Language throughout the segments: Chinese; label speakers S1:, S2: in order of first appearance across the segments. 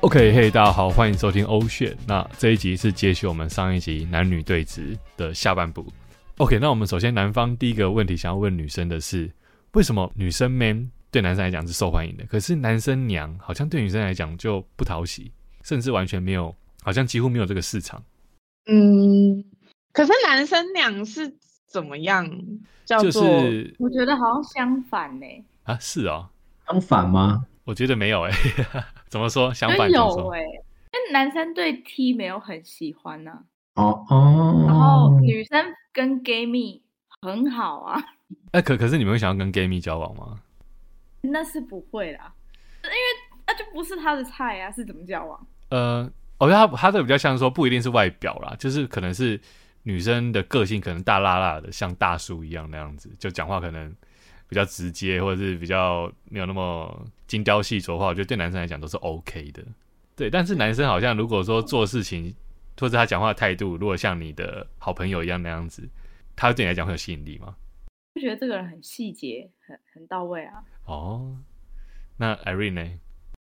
S1: OK，嘿、大家好，欢迎收听欧炫。那这一集是接续我们上一集男女对峙的下半部。OK，那我们首先男方第一个问题想要问女生的是，为什么女生 man 对男生来讲是受欢迎的，可是男生娘好像对女生来讲就不讨喜，甚至完全没有，好像几乎没有这个市场。
S2: 嗯，可是男生娘是怎么样？叫
S1: 就
S2: 做、
S1: 是
S3: 我觉得好像相反呢、
S1: 啊，是哦，
S4: 相反吗？
S1: 我觉得没有哎、 怎么说？相
S3: 觉得
S1: 反怎么
S3: 有
S1: 说？
S2: 欸
S3: 哎、但男生对 T 没有很喜欢呐、
S4: 哦哦，
S3: 然后女生跟 gay 蜜很好啊，
S1: 哎、可可是你们会想要跟 gay 蜜交往吗？
S3: 那是不会啦，因为那就不是他的菜啊，是怎么交往？
S1: 呃，我觉得他他这个比较像说不一定是外表啦，就是可能是女生的个性可能大辣辣的，像大叔一样那样子，就讲话可能比较直接，或者是比较没有那么精雕细琢的话，我觉得对男生来讲都是 OK 的。对，但是男生好像如果说做事情或者他讲话的态度，如果像你的好朋友一样那样子，他对你来讲会有吸引力吗？
S3: 就觉得这个人很细节，很很到位啊。
S1: 哦，那 Irene 呢？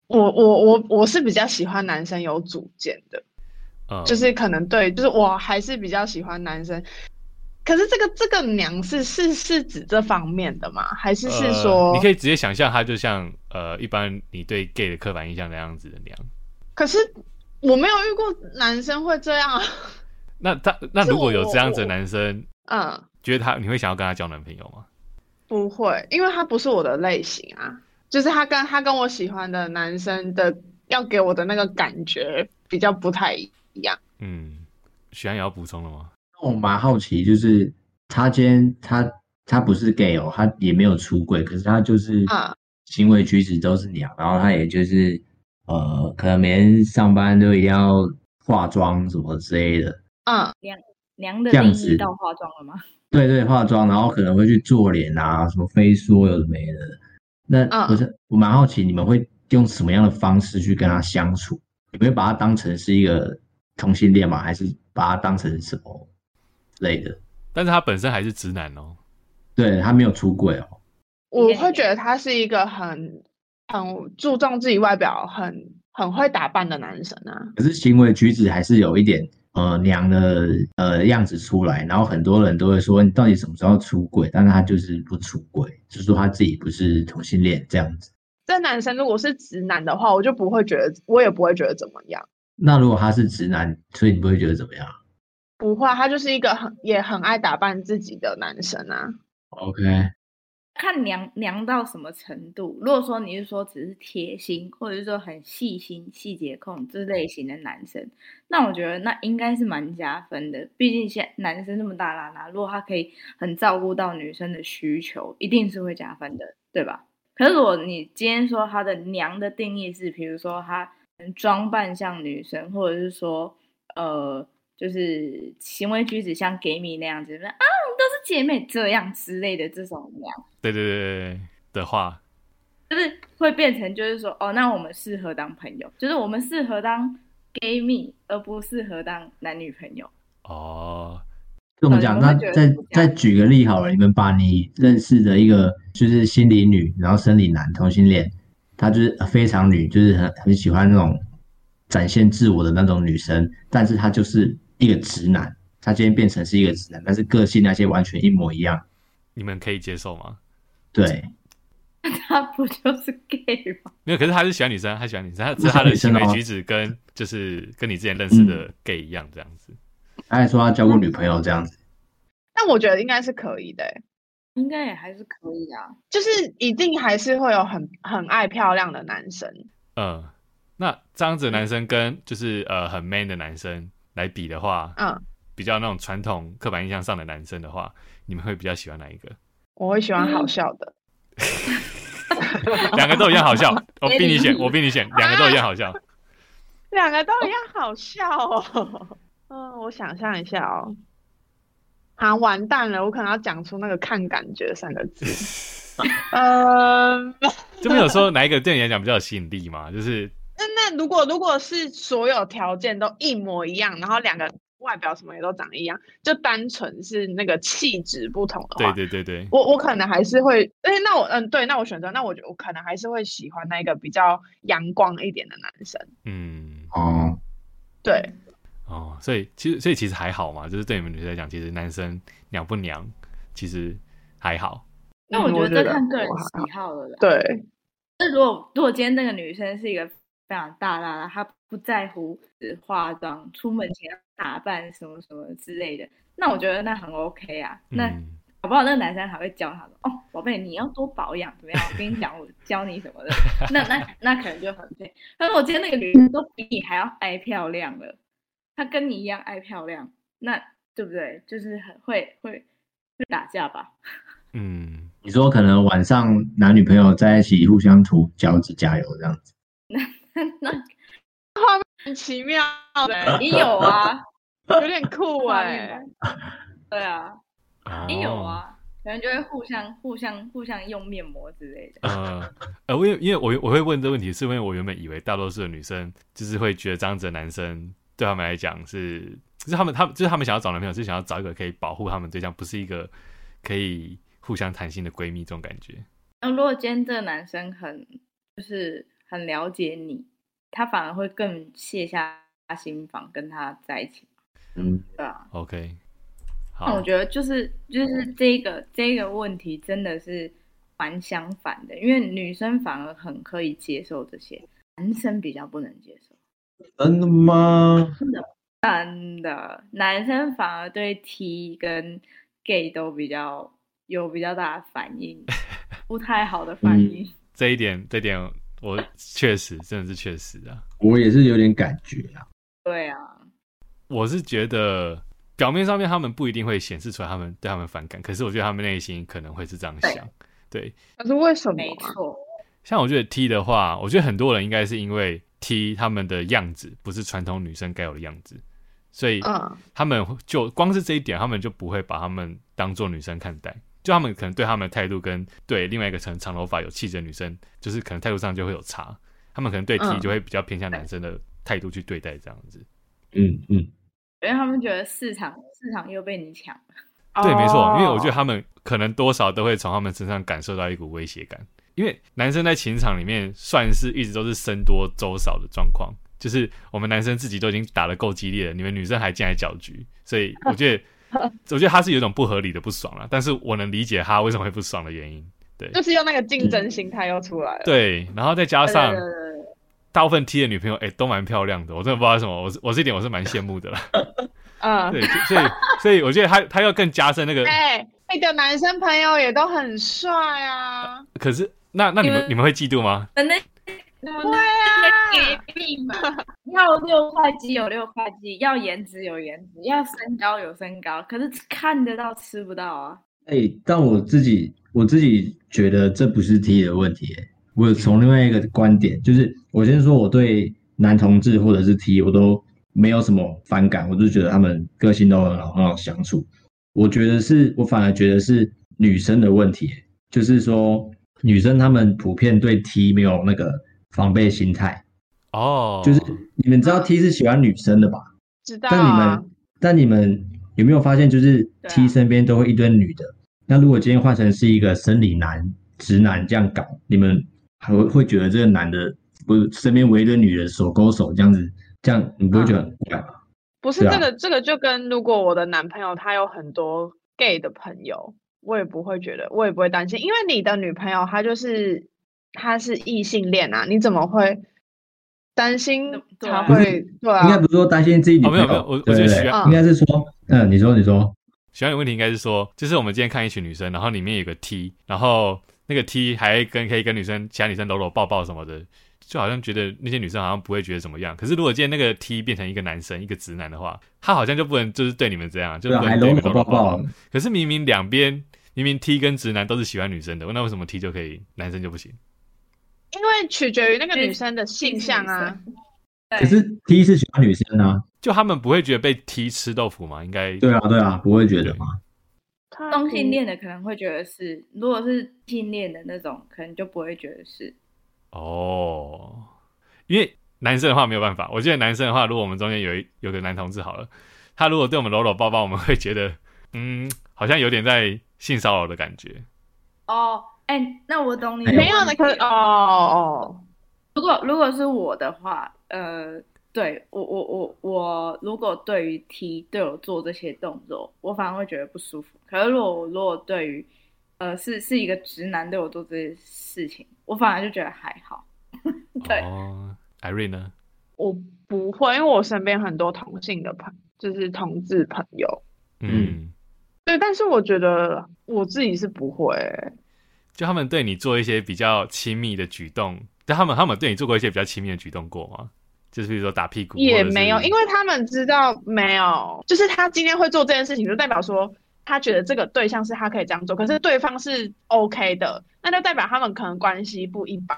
S2: 我我我我是比较喜欢男生有主见的，
S1: 呃，
S2: 就是可能对，就是我还是比较喜欢男生。可是这个这个娘是是是指这方面的吗？还是是说？
S1: 呃你可以直接想象他就像呃，一般你对 gay 的刻板印象那样子的那样。
S2: 可是我没有遇过男生会这样啊。
S1: 那他那
S2: 是
S1: 如果有
S2: 我
S1: 这样子的
S2: 我
S1: 男生，
S2: 嗯，
S1: 觉得他你会想要跟他交男朋友吗？
S2: 不会，因为他不是我的类型啊。就是他跟他跟我喜欢的男生的要给我的那个感觉比较不太一样。
S1: 嗯，许安也要补充了吗？
S4: 那我蛮好奇，就是他今天他他不是 gay 哦，他也没有出轨，可是他就是
S2: 啊
S4: 行为举止都是娘，然后他也就是呃，可能每天上班都一定要化妆什么之类的，
S2: 嗯，
S3: 娘的
S4: 这样
S3: 定
S4: 子
S3: 义到化妆了吗？
S4: 对对，化妆，然后可能会去做脸啊，什么飞梭有的没的。那
S2: 嗯
S4: 我是我蛮好奇，你们会用什么样的方式去跟他相处？你们会把他当成是一个同性恋吗？还是把他当成什么之类的？
S1: 但是他本身还是直男哦。
S4: 对他没有出轨哦，
S2: 我
S3: 你可以
S2: 会觉得他是一个很很注重自己外表、很很会打扮的男生啊。
S4: 可是行为举止还是有一点呃娘的呃样子出来，然后很多人都会说你到底什么时候出轨？但是他就是不出轨，就说他自己不是同性恋这样子。
S2: 这男生如果是直男的话，我就不会觉得，我也不会觉得怎么样。
S4: 那如果他是直男，所以你不会觉得怎么样
S2: 不会啊，他就是一个很也很爱打扮自己的男生啊。
S4: ？OK，
S3: 看娘娘到什么程度。如果说你是说只是贴心，或者是说很细心、细节控这类型的男生，那我觉得那应该是蛮加分的。毕竟现男生那么大啦啦，如果他可以很照顾到女生的需求，一定是会加分的，对吧？可是如果你今天说他的娘的定义是，比如说他装扮像女生，或者是说呃。就是行为举止像 gay 蜜那样子，啊，我们都是姐妹这样之类的这种娘。
S1: 对对对对对的话，
S3: 就是会变成就是说，哦，那我们适合当朋友，就是我们适合当 gay 蜜，而不适合当男女朋友。
S1: 哦，
S4: 跟我们讲，
S3: 呃
S4: 那
S3: 你们会觉得
S4: 再
S3: 不一样
S4: 再举个例好了，你们把你认识的一个就是心理女，然后生理男，同性恋，她就是呃非常女，就是很很喜欢那种展现自我的那种女生，但是她就是一个直男，她今天变成是一个直男，但是个性那些完全一模一样。
S1: 你们可以接受吗？
S4: 对，
S3: 他不就是 gay 吗？
S1: 没有，可是他是喜欢女生，他喜欢女生，他只
S4: 是
S1: 是他的
S4: 女
S1: 行
S4: 生
S1: 为
S4: 哦
S1: 举止跟就是跟你之前认识的 gay 一样这样子。
S4: 她还说她交过女朋友这样子，
S2: 但我觉得应该是可以的欸、
S3: 应该也还是可以啊。
S2: 就是一定还是会有很很爱漂亮的男生。
S1: 嗯，那这样子的男生跟就是呃很 man 的男生来比的话，
S2: 嗯，
S1: 比较那种传统刻板印象上的男生的话，你们会比较喜欢哪一个？
S2: 我会喜欢好笑的。
S1: 两个都一样好笑，我
S3: 给
S1: 逼你
S3: 你
S1: 选，我逼你选，两个都一样好笑。
S2: 两个都一样好笑 哦。嗯，我想象一下哦。啊，完蛋了，我可能要讲出那个“看感觉”三个字。 嗯，那
S1: 就没有说哪一个对你来讲比较有吸引力嘛？就是
S2: 那如果如果是所有条件都一模一样，然后两个外表什么也都长得一样，就单纯是那个气质不同的
S1: 对
S2: 话，
S1: 对对对，
S2: 我我可能还是会，哎，那我嗯对，那我选择，那我就我可能还是会喜欢那个比较阳光一点的男生，
S1: 嗯，
S4: 哦，
S2: 对，
S1: 哦，所以其实所以其实还好嘛，就是对你们女生来讲，其实男生娘不娘，其实还好。
S3: 那
S2: 嗯
S3: 我
S2: 我
S3: 觉得这
S2: 觉得
S3: 看个人
S2: 我还
S3: 喜好了啦。
S2: 对，
S3: 那如果如果今天那个女生是一个非常大大的，她不在乎只化妆、出门前打扮什么什么之类的，那我觉得那很 OK 啊。那
S1: 嗯、
S3: 搞不好那个男生还会教她说：“哦，宝贝，你要多保养，怎么样？我跟你讲，我教你什么的。那”那那可能就很配。但是我今天那个女生都比你还要爱漂亮了，她跟你一样爱漂亮，那对不对？就是很会会会打架吧？
S1: 嗯，
S4: 你说可能晚上男女朋友在一起互相涂脚趾加油这样子，
S3: 那
S2: 很奇妙的，欸
S3: 也有啊，
S2: 有点酷
S3: 画
S2: 哎、
S3: 面 吧对啊。
S1: 哦
S3: 也有。啊，可能就会互相、互相、互相用面膜之类的。
S1: 呃呃，我也因为我我会问这个问题，是因为我原本以为大多数的女生就是会觉得这样子的男生对他们来讲是，就是他们他们就是他们想要找男朋友是想要找一个可以保护他们对象，不是一个可以互相谈心的闺蜜这种感觉。
S3: 那如果今天这个男生很就是很了解你，他反而会更卸下心防跟他在一起，
S4: 嗯，
S3: 对啊。
S1: OK，
S3: 那
S1: 好
S3: 我，觉得就是就是这个这个问题真的是蛮相反的，因为女生反而很可以接受这些，男生比较不能接受。
S4: 真的吗？
S3: 真的，男生反而对 T 跟 gay 都比较有比较大的反应，不太好的反应。
S1: 这一点这一点我确实真的是确实啊，
S4: 我也是有点感觉啊，
S3: 对啊，
S1: 我是觉得表面上面他们不一定会显示出来他们对他们反感，可是我觉得他们内心可能会是这样想。对，
S2: 可是为什么
S3: 没
S2: 啊？
S3: 错，
S1: 像我觉得 T 的话，我觉得很多人应该是因为 T 他们的样子不是传统女生该有的样子，所以
S2: 嗯，
S1: 他们就光是这一点，他们就不会把他们当做女生看待。就他们可能对他们的态度跟对另外一个长长头发有气质的女生，就是可能态度上就会有差。他们可能对 T
S2: 嗯
S1: 就会比较偏向男生的态度去对待这样子。
S4: 嗯嗯，
S3: 因为他们觉得市场市场又被你抢了。
S2: 嗯
S1: 对，没
S3: 哦
S1: 错，因为我觉得
S2: 得
S1: 他们可能多少都会从他们身上感受到一股威胁感，因为男生在情场里面算是一直都是僧多粥少的状况，就是我们男生自己都已经打得够激烈了，你们女生还进来搅局，所 以我觉得，我觉得他是有一种不合理的不爽了，但是我能理解他为什么会不爽的原因。
S2: 就是用那个竞
S1: 嗯
S2: 争心态又出来了，
S1: 对，然后再加
S3: 对
S1: 上
S3: 对对对对
S1: 大部分 T 的女朋友，哎、都蛮漂亮的，我真的不知道为什么，我是我这一点我是蛮羡慕的啦。
S2: 嗯，
S1: 对，所以所以我觉得他他要更加深那个，
S2: 哎、那个男生朋友也都很帅啊，
S1: 可是那那你
S3: 因
S1: 们
S3: 为
S1: 你们会嫉妒吗？
S3: 呃那那
S2: 对
S3: 那
S2: 啊，
S3: 给你们，要六块肌有六块肌，要颜值有颜值，要身高有身高，可是看得到吃不到啊。
S4: 哎、但我自己我自己觉得这不是 T 的问题、欸，我有从另外一个观点，就是我先说我对男同志或者是 T 我都没有什么反感，我就觉得他们个性都很好，很好相处。我觉得是我反而觉得是女生的问题欸、就是说女生她们普遍对 T 没有那个防备心态，
S1: 哦，
S4: 就是你们知道 T 是喜欢女生的吧？
S2: 知道
S4: 但你
S2: 啊，
S4: 们，但你们有没有发现，就是
S3: 对啊
S4: T 身边都会一堆女的？那如果今天换成是一个生理男、直男这样搞，你们还会会觉得这个男的不是身边围一堆女人手勾手这样子，这样你不会觉得很怪吗？
S2: 不是
S4: 对啊
S2: 这个，这个就跟如果我的男朋友他有很多 gay 的朋友，我也不会觉得，我也不会担心，因为你的女朋友她就是她是异性恋啊，你怎么会担心
S3: 对
S2: 她
S3: 啊
S2: 会？对
S4: 应该
S2: 啊，
S4: 不是说担心自己女
S1: 哦
S4: 朋
S1: 没
S4: 友，
S1: 有没有我我
S4: 对
S1: 觉
S4: 对
S1: 得
S4: 对
S1: 需
S2: 要
S4: 应该是说，嗯，你说你说，
S1: 喜欢的问题应该是说，就是我们今天看一群女生，然后里面有个 T，然后那个 T 还跟可以跟女生其他女生搂搂抱抱什么的，就好像觉得那些女生好像不会觉得怎么样。可是如果今天那个 T 变成一个男生，一个直男的话，他好像就不能就是对你们这样，就
S4: 对
S1: 不
S4: 啊，还
S1: 能对
S4: 搂
S1: 你
S4: 搂
S1: 们
S4: 抱
S1: 抱
S4: 抱。，
S1: 可是明明两边明明 T 跟直男都是喜欢女生的，那为什么 T 就可以，男生就不行？
S2: 因为取决于那个
S3: 因为
S2: 女生的性向啊。
S3: 对
S4: 可是 T 是喜欢女生啊，
S1: 就他们不会觉得被 T 吃豆腐吗？应该
S4: 对啊对啊，不会觉得吗？
S2: 她
S3: 同性
S2: 不
S3: 恋的可能会觉得是，如果是性恋的那种，可能就不会觉得是。
S1: 哦，因为男生的话没有办法，我记得男生的话，如果我们中间有一有个男同志好了，他如果对我们搂搂抱抱，我们会觉得嗯，好像有点在性骚扰的感觉。
S3: 哦，哎、那我懂你的
S4: 哎呦
S2: 没有呢，
S3: 问
S2: 可
S3: 题
S2: 哦哦，
S3: 如果如果是我的话，呃，对我我我我如果对于 T 对我做这些动作，我反而会觉得不舒服。可是如果我如果对于呃是是一个直男对我做这些事情，我反而就觉得还好。对
S1: 哦，艾瑞呢？
S2: 我不会，因为我身边很多同性的朋，就是同志朋友，
S1: 嗯，
S2: 对，但是我觉得我自己是不会欸、
S1: 就他们对你做一些比较亲密的举动，但他们他们对你做过一些比较亲密的举动过吗？就是比如说打屁股，
S2: 也
S1: 或者是
S2: 没有，因为他们知道没有，就是他今天会做这件事情，就代表说他觉得这个对象是他可以这样做，可是对方是 OK 的，那就代表他们可能关系不一般。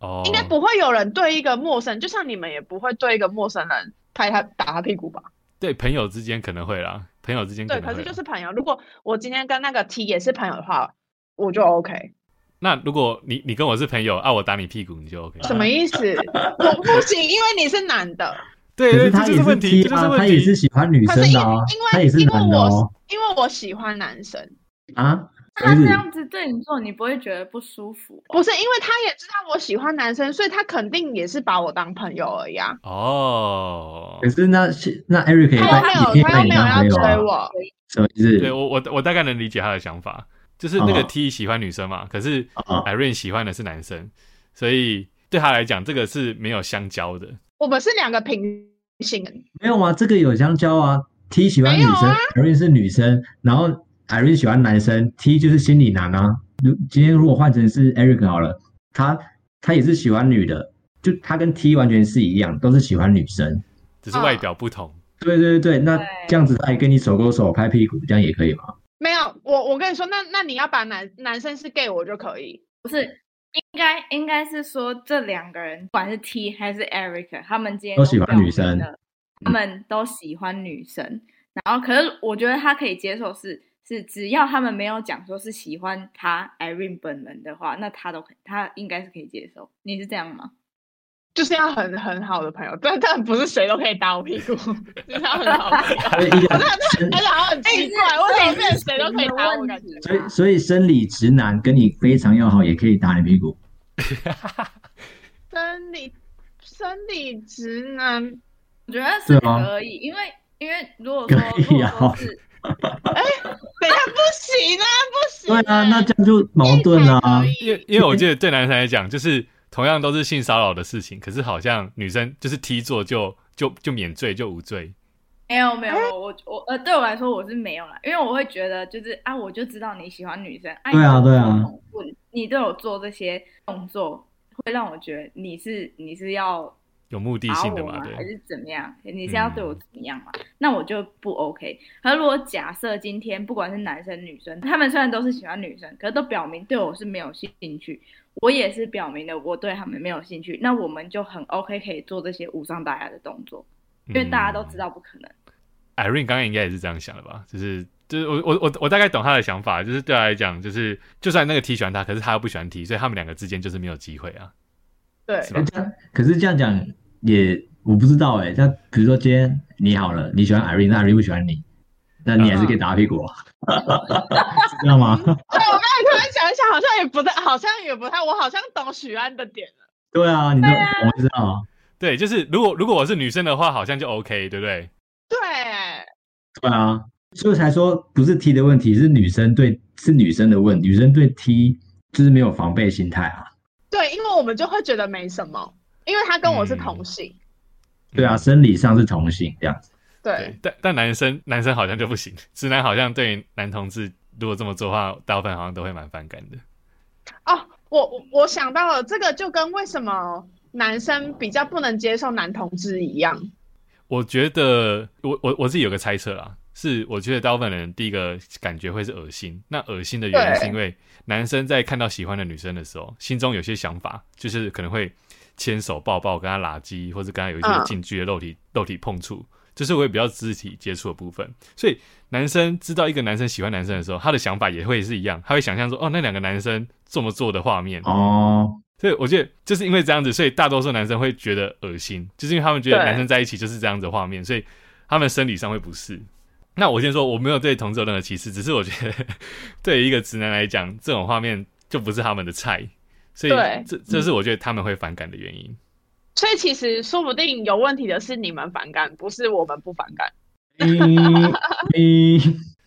S1: 哦，
S2: 应该不会有人对一个陌生，就像你们也不会对一个陌生人拍他打他屁股吧？
S1: 对朋友之间可能会啦，朋友之间
S2: 对，
S1: 能
S2: 可
S1: 会
S2: 是
S1: 啦
S2: 就是朋友，如果我今天跟那个 T 也是朋友的话，我
S4: 嗯
S2: 就 OK。
S1: 那如果你你跟我是朋友啊，我打你屁股你就 OK，
S2: 什么意思？我不行，因为你是男的。
S1: 对
S4: 可
S1: 对，
S4: 他
S1: 这
S4: 也
S1: 就是问题，
S4: 是
S1: 这
S4: T
S1: 就是
S4: 啊，
S1: 问
S4: 他
S1: 题。
S4: 也是喜欢女
S2: 可是
S4: 生
S2: 因
S4: 的哦，他
S2: 因
S4: 也是
S2: 为因为
S4: 男的哦
S2: 我因为我喜欢男生，
S4: 啊，
S3: 他
S4: 所以
S3: 这样子对你做，你不会觉得不舒服、哦？
S2: 不是因为他也知道我喜欢男生，所以他肯定也是把我当朋友而已啊。
S1: 哦
S4: 可，是那那 Eric 也
S2: 他
S4: 带
S2: 又
S4: 也可
S2: 没有，他又
S4: 以带你
S2: 没有
S4: 当
S2: 要
S4: 朋友
S2: 追
S4: 啊，
S2: 我，
S4: 什么意思？
S1: 对我我我大概能理解他的想法，就是那个
S4: 哦
S1: T 喜欢女生嘛，可是
S4: 哦
S1: Irene 喜欢的是男生，所以对他来讲这个是没有相交的。
S2: 我们是两个平行人。
S4: 没有啊，这个有相交啊。T 喜欢女
S2: 没有
S4: 生、
S2: 啊
S4: i r e n 是女生，然后 Irene 喜欢男生，T 就是心理男啊。如今天如果换成是 Eric 好了，他他也是喜欢女的，就他跟 T 完全是一样，都是喜欢女生。
S1: 只是外表不同。
S4: 对对对，那
S3: 对
S4: 这样子他也跟你手勾手拍屁股，这样也可以吗？
S2: 没有，我我跟你说，那那你要把男男生是 gay，我就可以。
S3: 不是，应该应该是说这两个人，不管是 T 还是 Eric，他们今天
S4: 都喜欢
S3: 表
S4: 女
S3: 明
S4: 生嗯
S3: 了，他们都喜欢女生。然后，可是我觉得他可以接受是是，只要他们没有讲说是喜欢他 Irene 本人的话，那他都可以，他应该是可以接受。你是这样吗？
S2: 就是要很很好的朋友，但但不是谁都可以打我屁股， 就是要很好的朋友。
S4: 所 以
S2: 啊
S4: 一个
S2: 真的好像很奇怪，为什么变成谁都可以打我？感觉
S4: 所以所以生理直男跟你非常要好，也可以打你屁股。
S2: 生理生理直男，
S3: 我觉得
S4: 对
S3: 是
S4: 啊
S3: 可以，因为因为如果
S4: 可
S3: 说如
S4: 以
S3: 果
S4: 啊
S3: 说是
S2: 等一下不行啊，不行、
S4: 对啊，那这样就矛盾啦、啊。
S1: 因为因为我记得对男生来讲，就是同样都是性骚扰的事情，可是好像女生就是 T 做就就就免罪就无罪。
S3: 没有没有，
S4: 哎
S3: 我我呃，对我来说我是没有啦，因为我会觉得就是啊，我就知道你喜欢女生，啊，
S4: 对啊对啊，
S3: 你对我做这些动作，会让我觉得你是你是要
S1: 有目的
S3: 打
S1: 性的
S3: 我
S1: 嘛，
S3: 吗？还
S1: 对，
S3: 是怎么样？你是要对我
S1: 嗯
S3: 怎么样嘛？那我就不 OK。可如果假设今天不管是男生女生，他们虽然都是喜欢女生，可是都表明对我是没有兴趣，我也是表明了我对他们没有兴趣，那我们就很 OK 可以做这些无伤大雅的动作，因为大家都知道不可能。
S1: 嗯。Irene 刚刚应该也是这样想的吧？就是就是我我我我大概懂他的想法，就是对他来讲，就是就算那个 T 喜欢他，可是他又不喜欢 T，所以他们两个之间就是没有机会啊，
S2: 对，
S1: 是吧
S4: 可？这样可是这样讲也我不知道哎、欸，像比如说今天你好了，你喜欢 Irene，那 Irene 不喜欢你，那你还是可以打屁股、啊， 是这样吗？
S2: 对我刚才突然想一想，好像也不太，好像也不太，我好像懂许安的点了。
S4: 对啊，你都我知道啊，
S1: 对，就是如果如果我是女生的话，好像就 OK，对不对？
S2: 对，
S4: 对啊，所以才说不是 T 的问题，是女生对是女生的问，女生对 T 就是没有防备心态啊。
S2: 对，因为我们就会觉得没什么，因为他跟我是同性，
S4: 对啊，
S1: 嗯
S4: 生理上是同性这样子，
S2: 对
S1: 对，但但男生男生好像就不行，直男好像对男同志如果这么做的话，大部分好像都会蛮反感的。
S2: 哦，我我我想到了，这个就跟为什么男生比较不能接受男同志一样。
S1: 我觉得我我我自己有个猜测啦，是我觉得大部分人第一个感觉会是恶心。那恶心的原因
S2: 对
S1: 是因为男生在看到喜欢的女生的时候，心中有些想法，就是可能会牵手、抱抱、跟她拉鸡，或者跟她有一些
S2: 嗯
S1: 近距离的肉体、肉体碰触，就是会比较肢体接触的部分。所以男生知道一个男生喜欢男生的时候，他的想法也会是一样，他会想象说，哦，那两个男生这么做的画面，
S4: 哦，
S1: 所以我觉得就是因为这样子，所以大多数男生会觉得恶心，就是因为他们觉得
S2: 对
S1: 男生在一起就是这样子的画面，所以他们生理上会不适。那我先说，我没有对同志有任何歧视，只是我觉得对于一个直男来讲，这种画面就不是他们的菜，所以
S2: 对
S1: 这这是我觉得他们会反感的原因。
S2: 所以其实说不定有问题的是你们反感，不是我们不反感。
S4: 嗯嗯，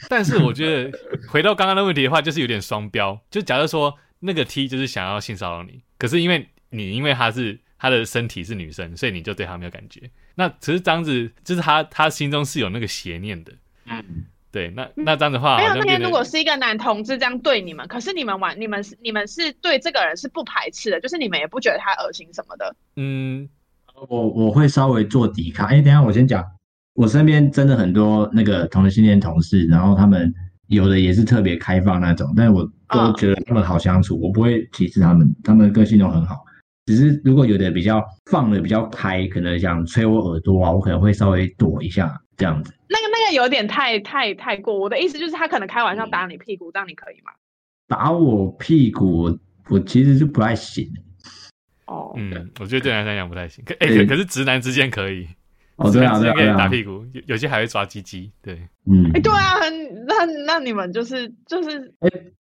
S1: 但是我觉得回到刚刚的问题的话，就是有点双标。就假设说那个 T 就是想要性骚扰你，可是因为你因为他是他的身体是女生，所以你就对他没有感觉。那只是这样子，就是他他心中是有那个邪念的。
S4: 嗯，
S1: 对，那啊那这样的话，
S2: 没
S1: 好
S2: 有
S1: 像
S2: 那
S1: 变
S2: 天
S1: 得
S2: 如果是一个男同志这样对你们，可是你们玩你们是你们是对这个人是不排斥的，就是你们也不觉得他恶心什么的。
S1: 嗯，
S4: 我我会稍微做抵抗。哎、等一下我先讲，我身边真的很多那个同性恋同事，然后他们有的也是特别开放那种，但我
S2: 啊
S4: 都觉得他们好相处，我不会歧视他们，他们个性都很好。只是如果有的比较放的比较开，可能想吹我耳朵啊，我可能会稍微躲一下这样子。
S2: 那个那个有点太太太过，我的意思就是他可能开玩笑打你屁股，这样你可以吗？
S4: 打我屁股，我我其实就不太行。
S2: 哦，
S1: 嗯，我觉得对男生来讲不太行。可哎、
S4: 对
S1: 可可是直男之间可以，
S4: 哦，
S1: 直
S4: 对
S1: 男
S4: 啊，
S1: 之间
S4: 对啊，
S1: 可以
S4: 对
S1: 打
S4: 啊，
S1: 屁股，有有些还会抓鸡鸡。对，
S4: 嗯
S2: 哎、，对啊，很那那你们就是就是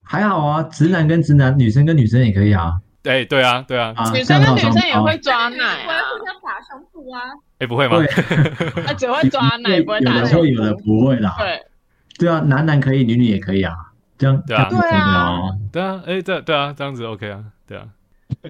S4: 还好啊，直男跟直男，女生跟女生也可以啊。
S1: 对对啊，对啊，哎、
S4: 啊，
S2: 女
S4: 这
S2: 生
S4: 样
S2: 跟
S4: 好
S2: 女
S4: 像
S2: 生也
S4: 哦
S2: 会抓奶
S3: 我
S2: 啊，
S3: 要互相打胸部啊！
S1: 哎不会吗？
S2: 啊只会抓奶不会打
S4: 有的
S2: 胸
S4: 会，有的不会啦。
S2: 对，
S4: 对啊，男男可以，女女也可以啊，这样
S1: 对啊
S4: 这样子真的哦。
S1: 对啊，哎、对对啊，这样子 OK 啊，对啊，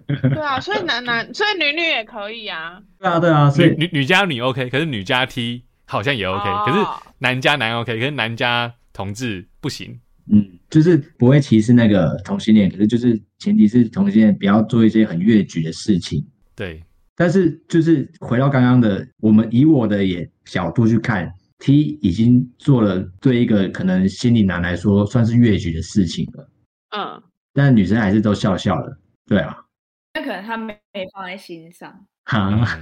S2: 对啊，所以男男，所以女女也可以啊。
S4: 对啊，对啊，所
S1: 女
S4: 以
S1: 女女加女 OK，可是女加 T 好像也 OK，、
S2: 哦
S1: 可是男加男 OK，可是男加同志不行。
S4: 嗯，就是不会歧视那个同性恋，可是就是前提是同性恋不要做一些很越矩的事情。
S1: 对，
S4: 但是就是回到刚刚的，我们以我的也角度去看，T 已经做了对一个可能心理男来说算是越矩的事情了，
S2: 嗯，
S4: 但女生还是都笑笑的，对啊，
S3: 那可能他没没放在心上，
S1: 嗯
S4: 哈，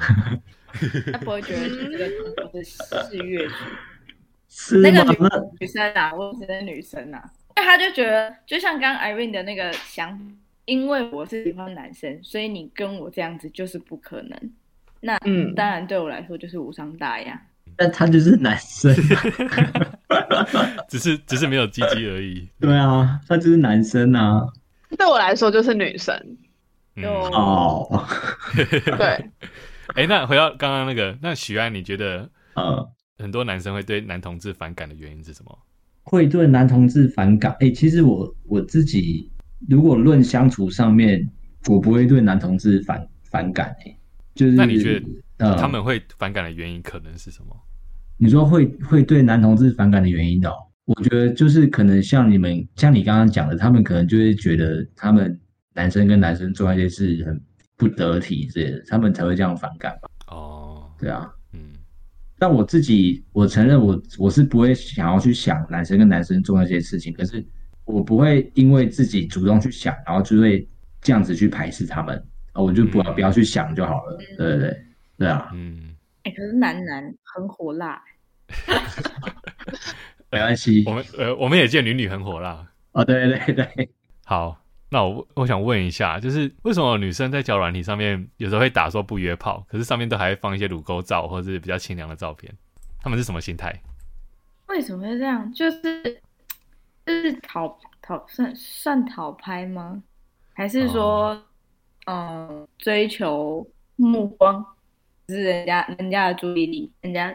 S3: 他不会觉得是这个动作是是越剧。
S4: 是
S3: 那个
S4: 吗？嗯那
S3: 女女生啊，我只是女生啊，因为他就觉得，就像刚刚 Irene 的那个想法，因为我是喜欢男生，所以你跟我这样子就是不可能。那
S2: 嗯
S3: 当然对我来说就是无伤大雅。
S4: 但他就是男生，
S1: 只是只是没有鸡鸡而已。
S4: 对啊，他就是男生啊，
S2: 对我来说就是 女生。
S1: 嗯，
S3: 就
S4: 哦，
S2: 对，
S1: 哎、那回到刚刚那个，那许安，你觉得
S4: 呃。
S1: 很多男生会对男同志反感的原因是什么？
S4: 会对男同志反感？哎、其实我我自己如果论相处上面，我不会对男同志反反感、欸、就是
S1: 那你觉得
S4: 呃，
S1: 他们会反感的原因可能是什么？
S4: 你说会会对男同志反感的原因哦？我觉得就是可能像你们像你刚刚讲的，他们可能就会觉得他们男生跟男生做那些事很不得体之类的，他们才会这样反感吧？
S1: 哦，
S4: 对啊，
S1: 嗯
S4: 但我自己，我承认我我是不会想要去想男生跟男生做那些事情，可是我不会因为自己主动去想，然后就会这样子去排斥他们，哦我就不要
S1: 嗯
S4: 不要去想就好了，对对对，对啊，
S1: 嗯，
S3: 哎、可是男男很火辣，
S4: 没关系
S1: 我，们呃，我们也见女女很火辣。
S4: 哦，对对对，
S1: 好，那我我想问一下，就是为什么女生在交友软体上面有时候会打说不约炮，可是上面都还会放一些乳沟照或者是比较清凉的照片？他们是什么心态？
S3: 为什么会这样？就是就是讨讨算算讨拍吗？还是说，
S1: 哦
S3: 嗯、追求目光，就是人家人家的注意力，人家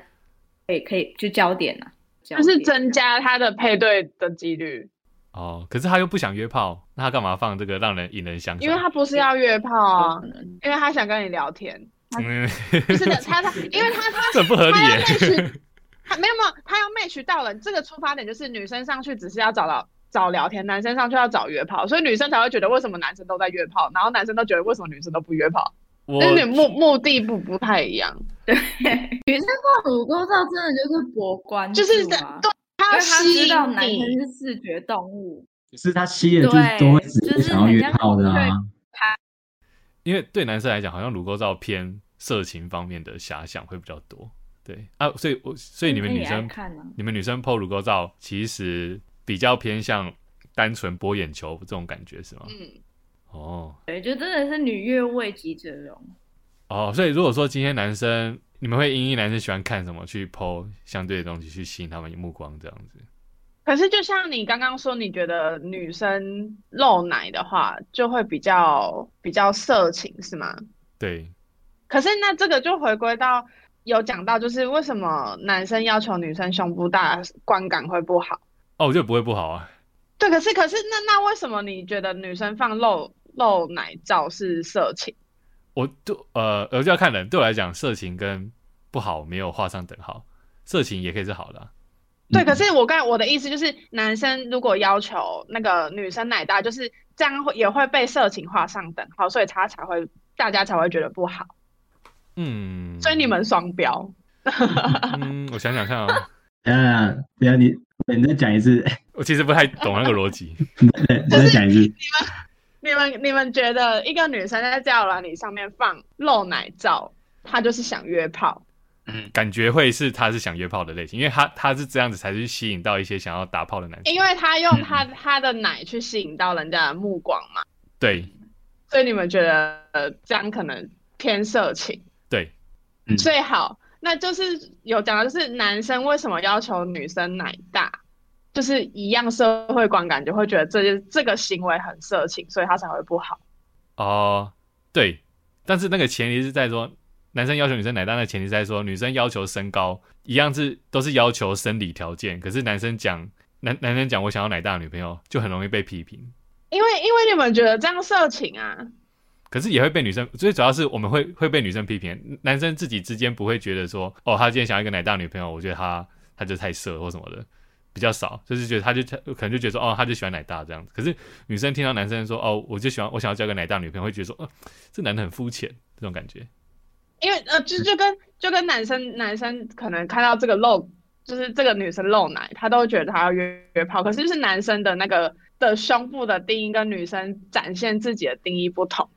S3: 可以可以就焦点啊，
S2: 就
S3: 就是
S2: 增加他的配对的几率，
S1: 哦，可是他又不想约炮，那他干嘛放这个让人引人想？
S2: 因为他不是要约炮啊
S3: 可，能
S2: 因为他想跟你聊天。
S1: 嗯，
S2: 不是的，他啊他，因为他他
S1: 这很不 合理
S2: 他要
S1: 耶。
S2: match，他 没有没有，他要 match 到了。这个出发点就是女生上去只是要找到找聊天，男生上去要找约炮，所以女生才会觉得为什么男生都在约炮，然后男生都觉得为什么女生都不约炮，
S1: 我
S2: 就是你目目的不不太一样，
S3: 哦女生放乳沟照真的就是博关注
S2: 就
S3: 啊，
S2: 是
S3: 因
S2: 对
S3: 为
S2: 他要
S3: 他
S2: 吸
S3: 知道
S2: 引
S3: 男生
S2: 你。
S3: 是视觉动物，
S4: 可是他吸的就是都会直接想要约炮的啊，
S1: 因为对男生来讲，好像乳沟照偏色情方面的遐想会比较多。对啊，所以我所以你们
S3: 也
S1: 女
S3: 爱
S1: 生
S3: 看啊，
S1: 你们女生 PO 乳沟照其实比较偏向单纯博眼球这种感觉是吗？
S2: 嗯，
S1: 哦
S3: 对，就真的是女越位即者容。
S1: 哦，所以如果说今天男生你们会因应男生喜欢看什么去剖相对的东西去吸引他们目光这样子。
S2: 可是就像你刚刚说，你觉得女生露奶的话，就会比较比较色情，是吗？
S1: 对，
S2: 可是那这个就回归到有讲到，就是为什么男生要求女生胸部大，观感会不好？
S1: 哦，我觉得不会不好啊，
S2: 对，可是可是那那为什么你觉得女生放露露奶照是色情？
S1: 我就呃，我就要看人。对我来讲，色情跟不好没有画上等号，色情也可以是好的啊、
S2: 对，
S4: 嗯
S2: 可是我刚才我的意思就是，男生如果要求那个女生奶大，就是这样会也会被色情画上等号，所以他才会大家才会觉得不好，
S1: 嗯，
S2: 所以你们双标。
S1: 嗯，我想想看啊，
S4: 呃，等一下你你再讲一次，
S1: 我其实不太懂那个逻辑。
S4: 对，你再讲一次。
S2: 你们你们觉得一个女生在交友软体上面放露奶照，她就是想约炮？
S1: 感觉会是他是想约炮的类型，因为他他是这样子才去吸引到一些想要打炮的男生。
S2: 因为她用她她的奶去吸引到人家的目光嘛，
S1: 对
S2: 所以你们觉得呃这样可能偏色情。
S1: 对，
S4: 嗯
S2: 所以好，那就是有讲到，就是男生为什么要求女生奶大，就是一样社会观感就会觉得这件这个行为很色情，所以他才会不好。
S1: 哦、对，但是那个前提是在说男生要求女生奶大，那前提是在说女生要求身高一样是都是要求生理条件，可是男生讲男男生讲我想要奶大的女朋友就很容易被批评，
S2: 因为因为你们觉得这样色情啊，
S1: 可是也会被女生，最主要是我们会会被女生批评，男生自己之间不会觉得说哦他今天想要一个奶大女朋友，我觉得他他就太色或什么的。比较少，就是觉得他就可能就觉得说，哦，他就喜欢奶大这样子。可是女生听到男生说，哦，我就喜欢我想要交个奶大女朋友，会觉得说，哦，这男的很肤浅这种感觉。
S2: 因为呃就就跟就跟男生男生可能看到这个露，就是这个女生露奶，他都会觉得他要约约炮，可是就是男生的那个的胸部的定义跟女生展现自己的定义不同。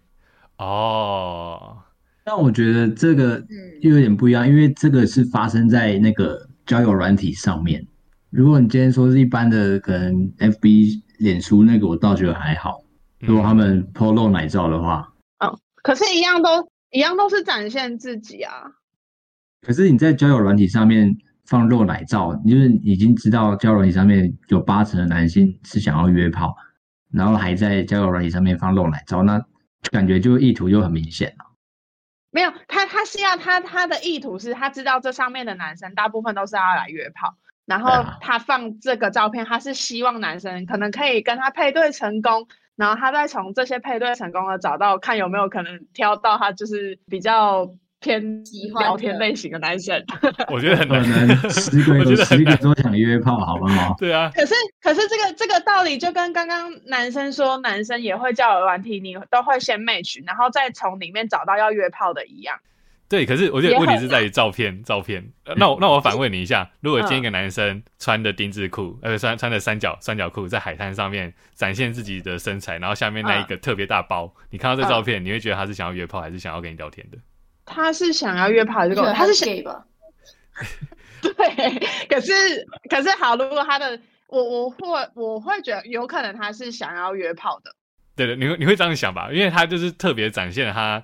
S1: 哦，
S4: 但我觉得这个
S3: 嗯，
S4: 又有点不一样，因为这个是发生在那个交友软体上面。如果你今天说是一般的，可能 FB、脸书那个，我倒觉得还好。
S1: 嗯
S4: 如果他们 PO 露奶照的话，
S2: 可是，一样都一样都是展现自己啊。
S4: 可是你在交友软体上面放露奶照，你就是已经知道交友软体上面有八成的男性是想要约炮，然后还在交友软体上面放露奶照，那感觉就意图就很明显了。
S2: 没有，他他是要他他的意图是他知道这上面的男生大部分都是要来约炮，然后
S4: 对啊
S2: 他放这个照片，他是希望男生可能可以跟他配对成功，然后他再从这些配对成功的找到看有没有可能挑到他就是比较偏
S3: 喜欢
S2: 聊
S3: 的
S2: 天类型的男生。
S1: 我觉得很
S4: 可
S1: 难。
S4: 能十个
S1: 我觉
S4: 有
S1: 得很
S4: 十个
S1: 难
S4: 都想约炮，好不好？
S1: 对啊，
S2: 可是，可是这个这个道理就跟刚刚男生说，男生也会叫友软体，你都会先 match，然后再从里面找到要约炮的一样。
S1: 对，可是我觉得
S2: 也很
S1: 问题是在于照片，照片。呃
S4: 嗯
S1: 那我那我反问你一下，如果今天一个男生穿的丁字裤，
S4: 嗯
S1: 呃，穿穿的三角三角裤，在海滩上面展现自己的身材，然后下面那
S4: 嗯
S1: 一个特别大包，你看到这照片，你会觉得他是想要约炮，还是想要跟你聊天的？
S2: 他是想要约
S3: 嗯
S2: 炮这个，他是想
S3: gay 吧？
S2: 对，可是可是好，如果他的我我会我会觉得有可能他是想要约炮的，
S1: 对的，你会你会这样想吧？因为他就是特别展现了他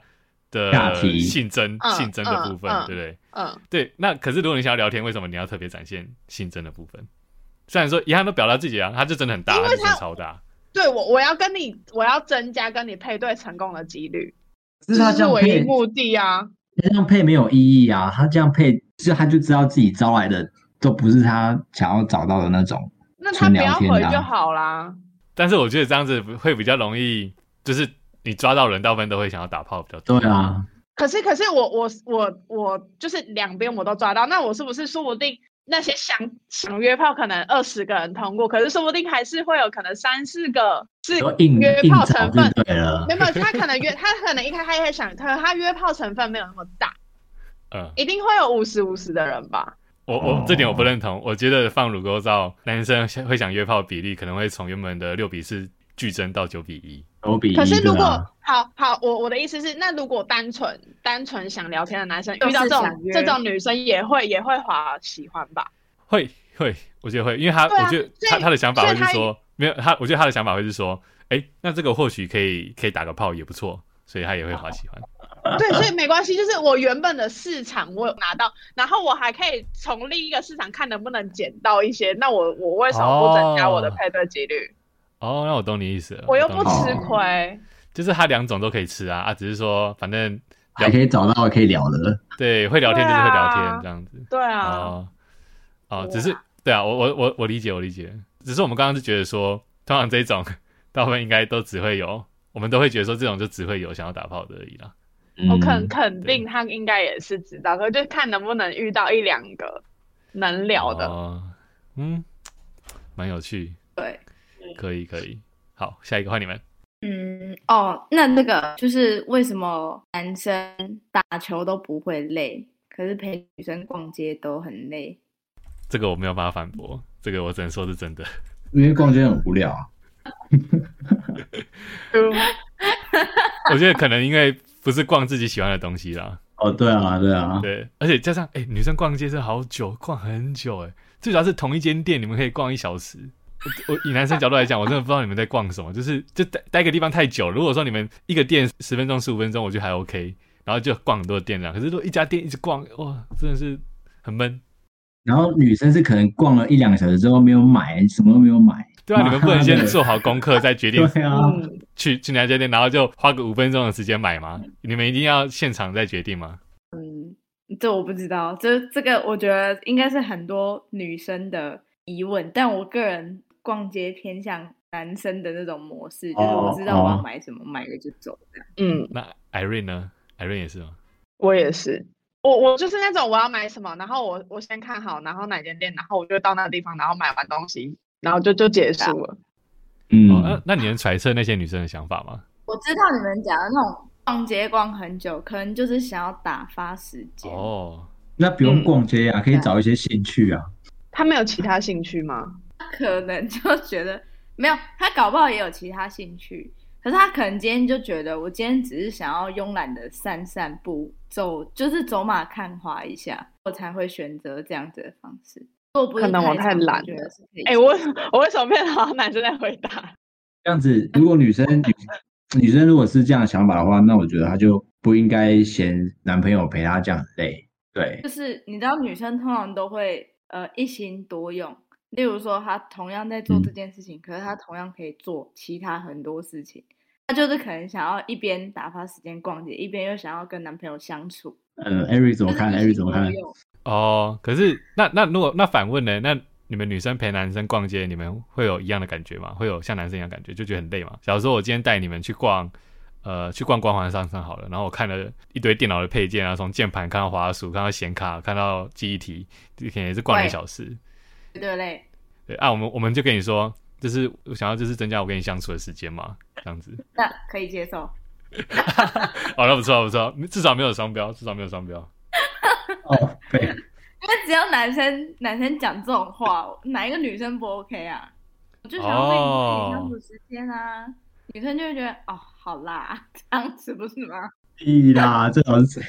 S4: 下
S1: 的
S4: 体
S1: 性征
S2: 嗯
S1: 性征的部分，
S2: 嗯嗯
S1: 对不对？
S2: 嗯，
S1: 对，那可是如果你想要聊天，为什么你要特别展现性征的部分？虽然说一样都表达自己啊，他就真的很大，
S2: 因为
S1: 他就真
S2: 他
S1: 的超大。
S2: 对我我要跟你我要增加跟你配对成功的几率，这
S4: 这是他这
S2: 是
S4: 样
S2: 唯一
S4: 配，
S2: 目的啊。
S4: 这样配没有意义啊！他这样配，就他就知道自己招来的都不是他想要找到的那种。
S2: 那他
S4: 纯
S2: 不
S4: 聊
S2: 要
S4: 天
S2: 回
S4: 啊
S2: 就好啦。
S1: 但是我觉得这样子会比较容易，就是你抓到人，大部分都会想要打炮比较
S4: 对
S1: 多。
S4: 啊，
S2: 可是可是我我我我就是两边我都抓到，那我是不是说不定那些想想约炮可能二十个人通过，可是说不定还是会有可能三四个是
S4: 都硬
S2: 约
S4: 硬
S2: 炮
S4: 找
S2: 成
S4: 就
S2: 分。
S4: 对了
S2: 没。有，他可能约他可能一开始也想，他他约炮成分没有那么大，
S1: 嗯，
S2: 一定会有五十五十的人吧？
S1: 我
S4: 哦
S1: 我这点我不认同，我觉得放乳沟照，男生会想约炮比例可能会从原本的六比四剧增到九比一。
S4: 都比
S2: 可是
S4: 一个
S2: 如果、
S4: 啊
S2: 好好，我我的意思是，那如果单纯单纯想聊天的男生
S3: 就是
S2: 遇到这
S3: 想
S2: 种
S3: 约
S2: 这种女生，也会也会滑喜欢吧？
S1: 会会，我觉得会，因为他、
S2: 对啊
S1: 我觉得
S2: 所以
S1: 他他的想法
S2: 所
S1: 会
S2: 以
S1: 是
S2: 他
S1: 说，没有他，我觉得他
S2: 哦
S1: 的想法会是说，哎、那这个或许可以可以打个炮也不错，所以他也会好喜欢。
S2: 对，所以没关系，就是我原本的市场我有拿到，然后我还可以从另一个市场看能不能捡到一些。那我我为什么不增加我的配对几率？
S1: 哦，那我懂你意思了。
S2: 我又
S1: 懂
S2: 不
S1: 你意思
S2: 吃
S1: 了
S2: 亏。
S1: 就是它两种都可以吃啊啊，只是说反正
S4: 还可以找到可以聊的。
S1: 对会聊天就是会聊
S2: 对
S1: 天
S2: 啊
S1: 这样子。
S2: 对啊，
S1: 哦，哦，
S3: 对
S1: 只是对啊，我我我我理解，我理解。只是我们刚刚是觉得说，通常这种大部分应该都只会有，我们都会觉得说这种就只会有想要打炮的而已啦。
S2: 我
S4: 嗯
S2: 肯肯定他应该也是知道，可是就看能不能遇到一两个能聊的。
S1: 哦，嗯，蛮有趣，
S3: 对，
S1: 可以可以。好，下一个换你们。
S3: 嗯，哦，那这个就是为什么男生打球都不会累，可是陪女生逛街都很累。
S1: 这个我没有办法反驳，这个我只能说是真的。
S4: 因为逛街很无聊啊。
S2: 嗯
S1: 我觉得可能因为不是逛自己喜欢的东西啦，
S4: 哦，对啊，对啊，
S1: 对，而且加上哎、女生逛街是好久，逛很久哎、最主要是同一间店，你们可以逛一小时。我我以男生角度来讲，我真的不知道你们在逛什么，就是就待待一个地方太久了。如果说你们一个店十分钟、十五分钟，我觉得还 OK，然后就逛很多店这样。可是如果一家店一直逛，哇，真的是很闷。
S4: 然后女生是可能逛了一两个小时之后没有买，什么都没有买。
S1: 对啊，你们不能
S4: 妈的
S1: 先做好功课再决定
S4: 对啊，
S3: 嗯，
S1: 去去哪家店，然后就花个五分钟的时间买吗？你们一定要现场再决定吗？
S3: 这我不知道，这这个我觉得应该是很多女生的疑问，但我个人逛街偏向男生的那种模式，就是我
S4: 哦
S3: 知道我要
S4: 哦
S3: 买什么，买了就走这样。
S2: 嗯，
S1: 那 Irene 呢？Irene 也是吗？
S2: 我也是，我我就是那种我要买什么，然后我我先看好，然后哪间店，然后我就到那个地方，然后买完东西，然后就就结束了。
S1: 哦，那
S2: 呃
S4: 嗯，
S1: 那你能揣测那些女生的想法吗？
S3: 我知道你们讲的那种逛街逛很久，可能就是想要打发时间。
S1: 哦，
S4: 那不用逛街
S2: 嗯
S4: 啊，可以找一些兴趣啊。
S2: 他们有其他兴趣吗？
S3: 可能就觉得没有，他搞不好也有其他兴趣，可是他可能今天就觉得，我今天只是想要慵懒的散散步，走就是走马看花一下，我才会选择这样子的方式。如果不是
S2: 可能我
S3: 太
S2: 太懒
S3: 觉得是可以
S2: 哎、我为什么我为什么变成好像男生在回答？
S4: 这样子，如果女生女女生如果是这样的想法的话，那我觉得她就不应该嫌男朋友陪她这样很累。对，
S3: 就是你知道，女生通常都会呃一心多用。例如说，她同样在
S2: 嗯
S3: 做这件事情，可是她同样可以做其他很多事情。她就是可能想要一边打发时间逛街，一边又想要跟男朋友相处。
S4: 嗯，艾瑞怎么
S3: 就是
S4: 看？
S3: 一
S4: 艾瑞
S3: 心
S4: 怎么
S3: 多
S4: 看？
S3: 用
S1: 哦，可是那那如果那反问呢？那你们女生陪男生逛街，你们会有一样的感觉吗？会有像男生一样感觉，就觉得很累吗？假如说我今天带你们去逛，呃，去逛光环商场好了，然后我看了一堆电脑的配件啊，从键盘看到滑鼠，看到显卡，看到记忆体，可能也是逛了一
S3: 对
S1: 小时。
S3: 绝对累。
S1: 对啊，我们我们就跟你说，就是我想要就是增加我跟你相处的时间嘛，这样子。
S3: 那可以接受。
S1: 哦，那不错不错，至少没有双标，至少没有双标。
S4: 哦，对，
S3: 因为只要男生男生讲这种话，哪一个女生不 OK 啊？我就想要跟你相处
S2: 哦
S3: 时间啊女生就会觉得哦，好啦，这样子不是吗？
S4: 屁啦，这 种是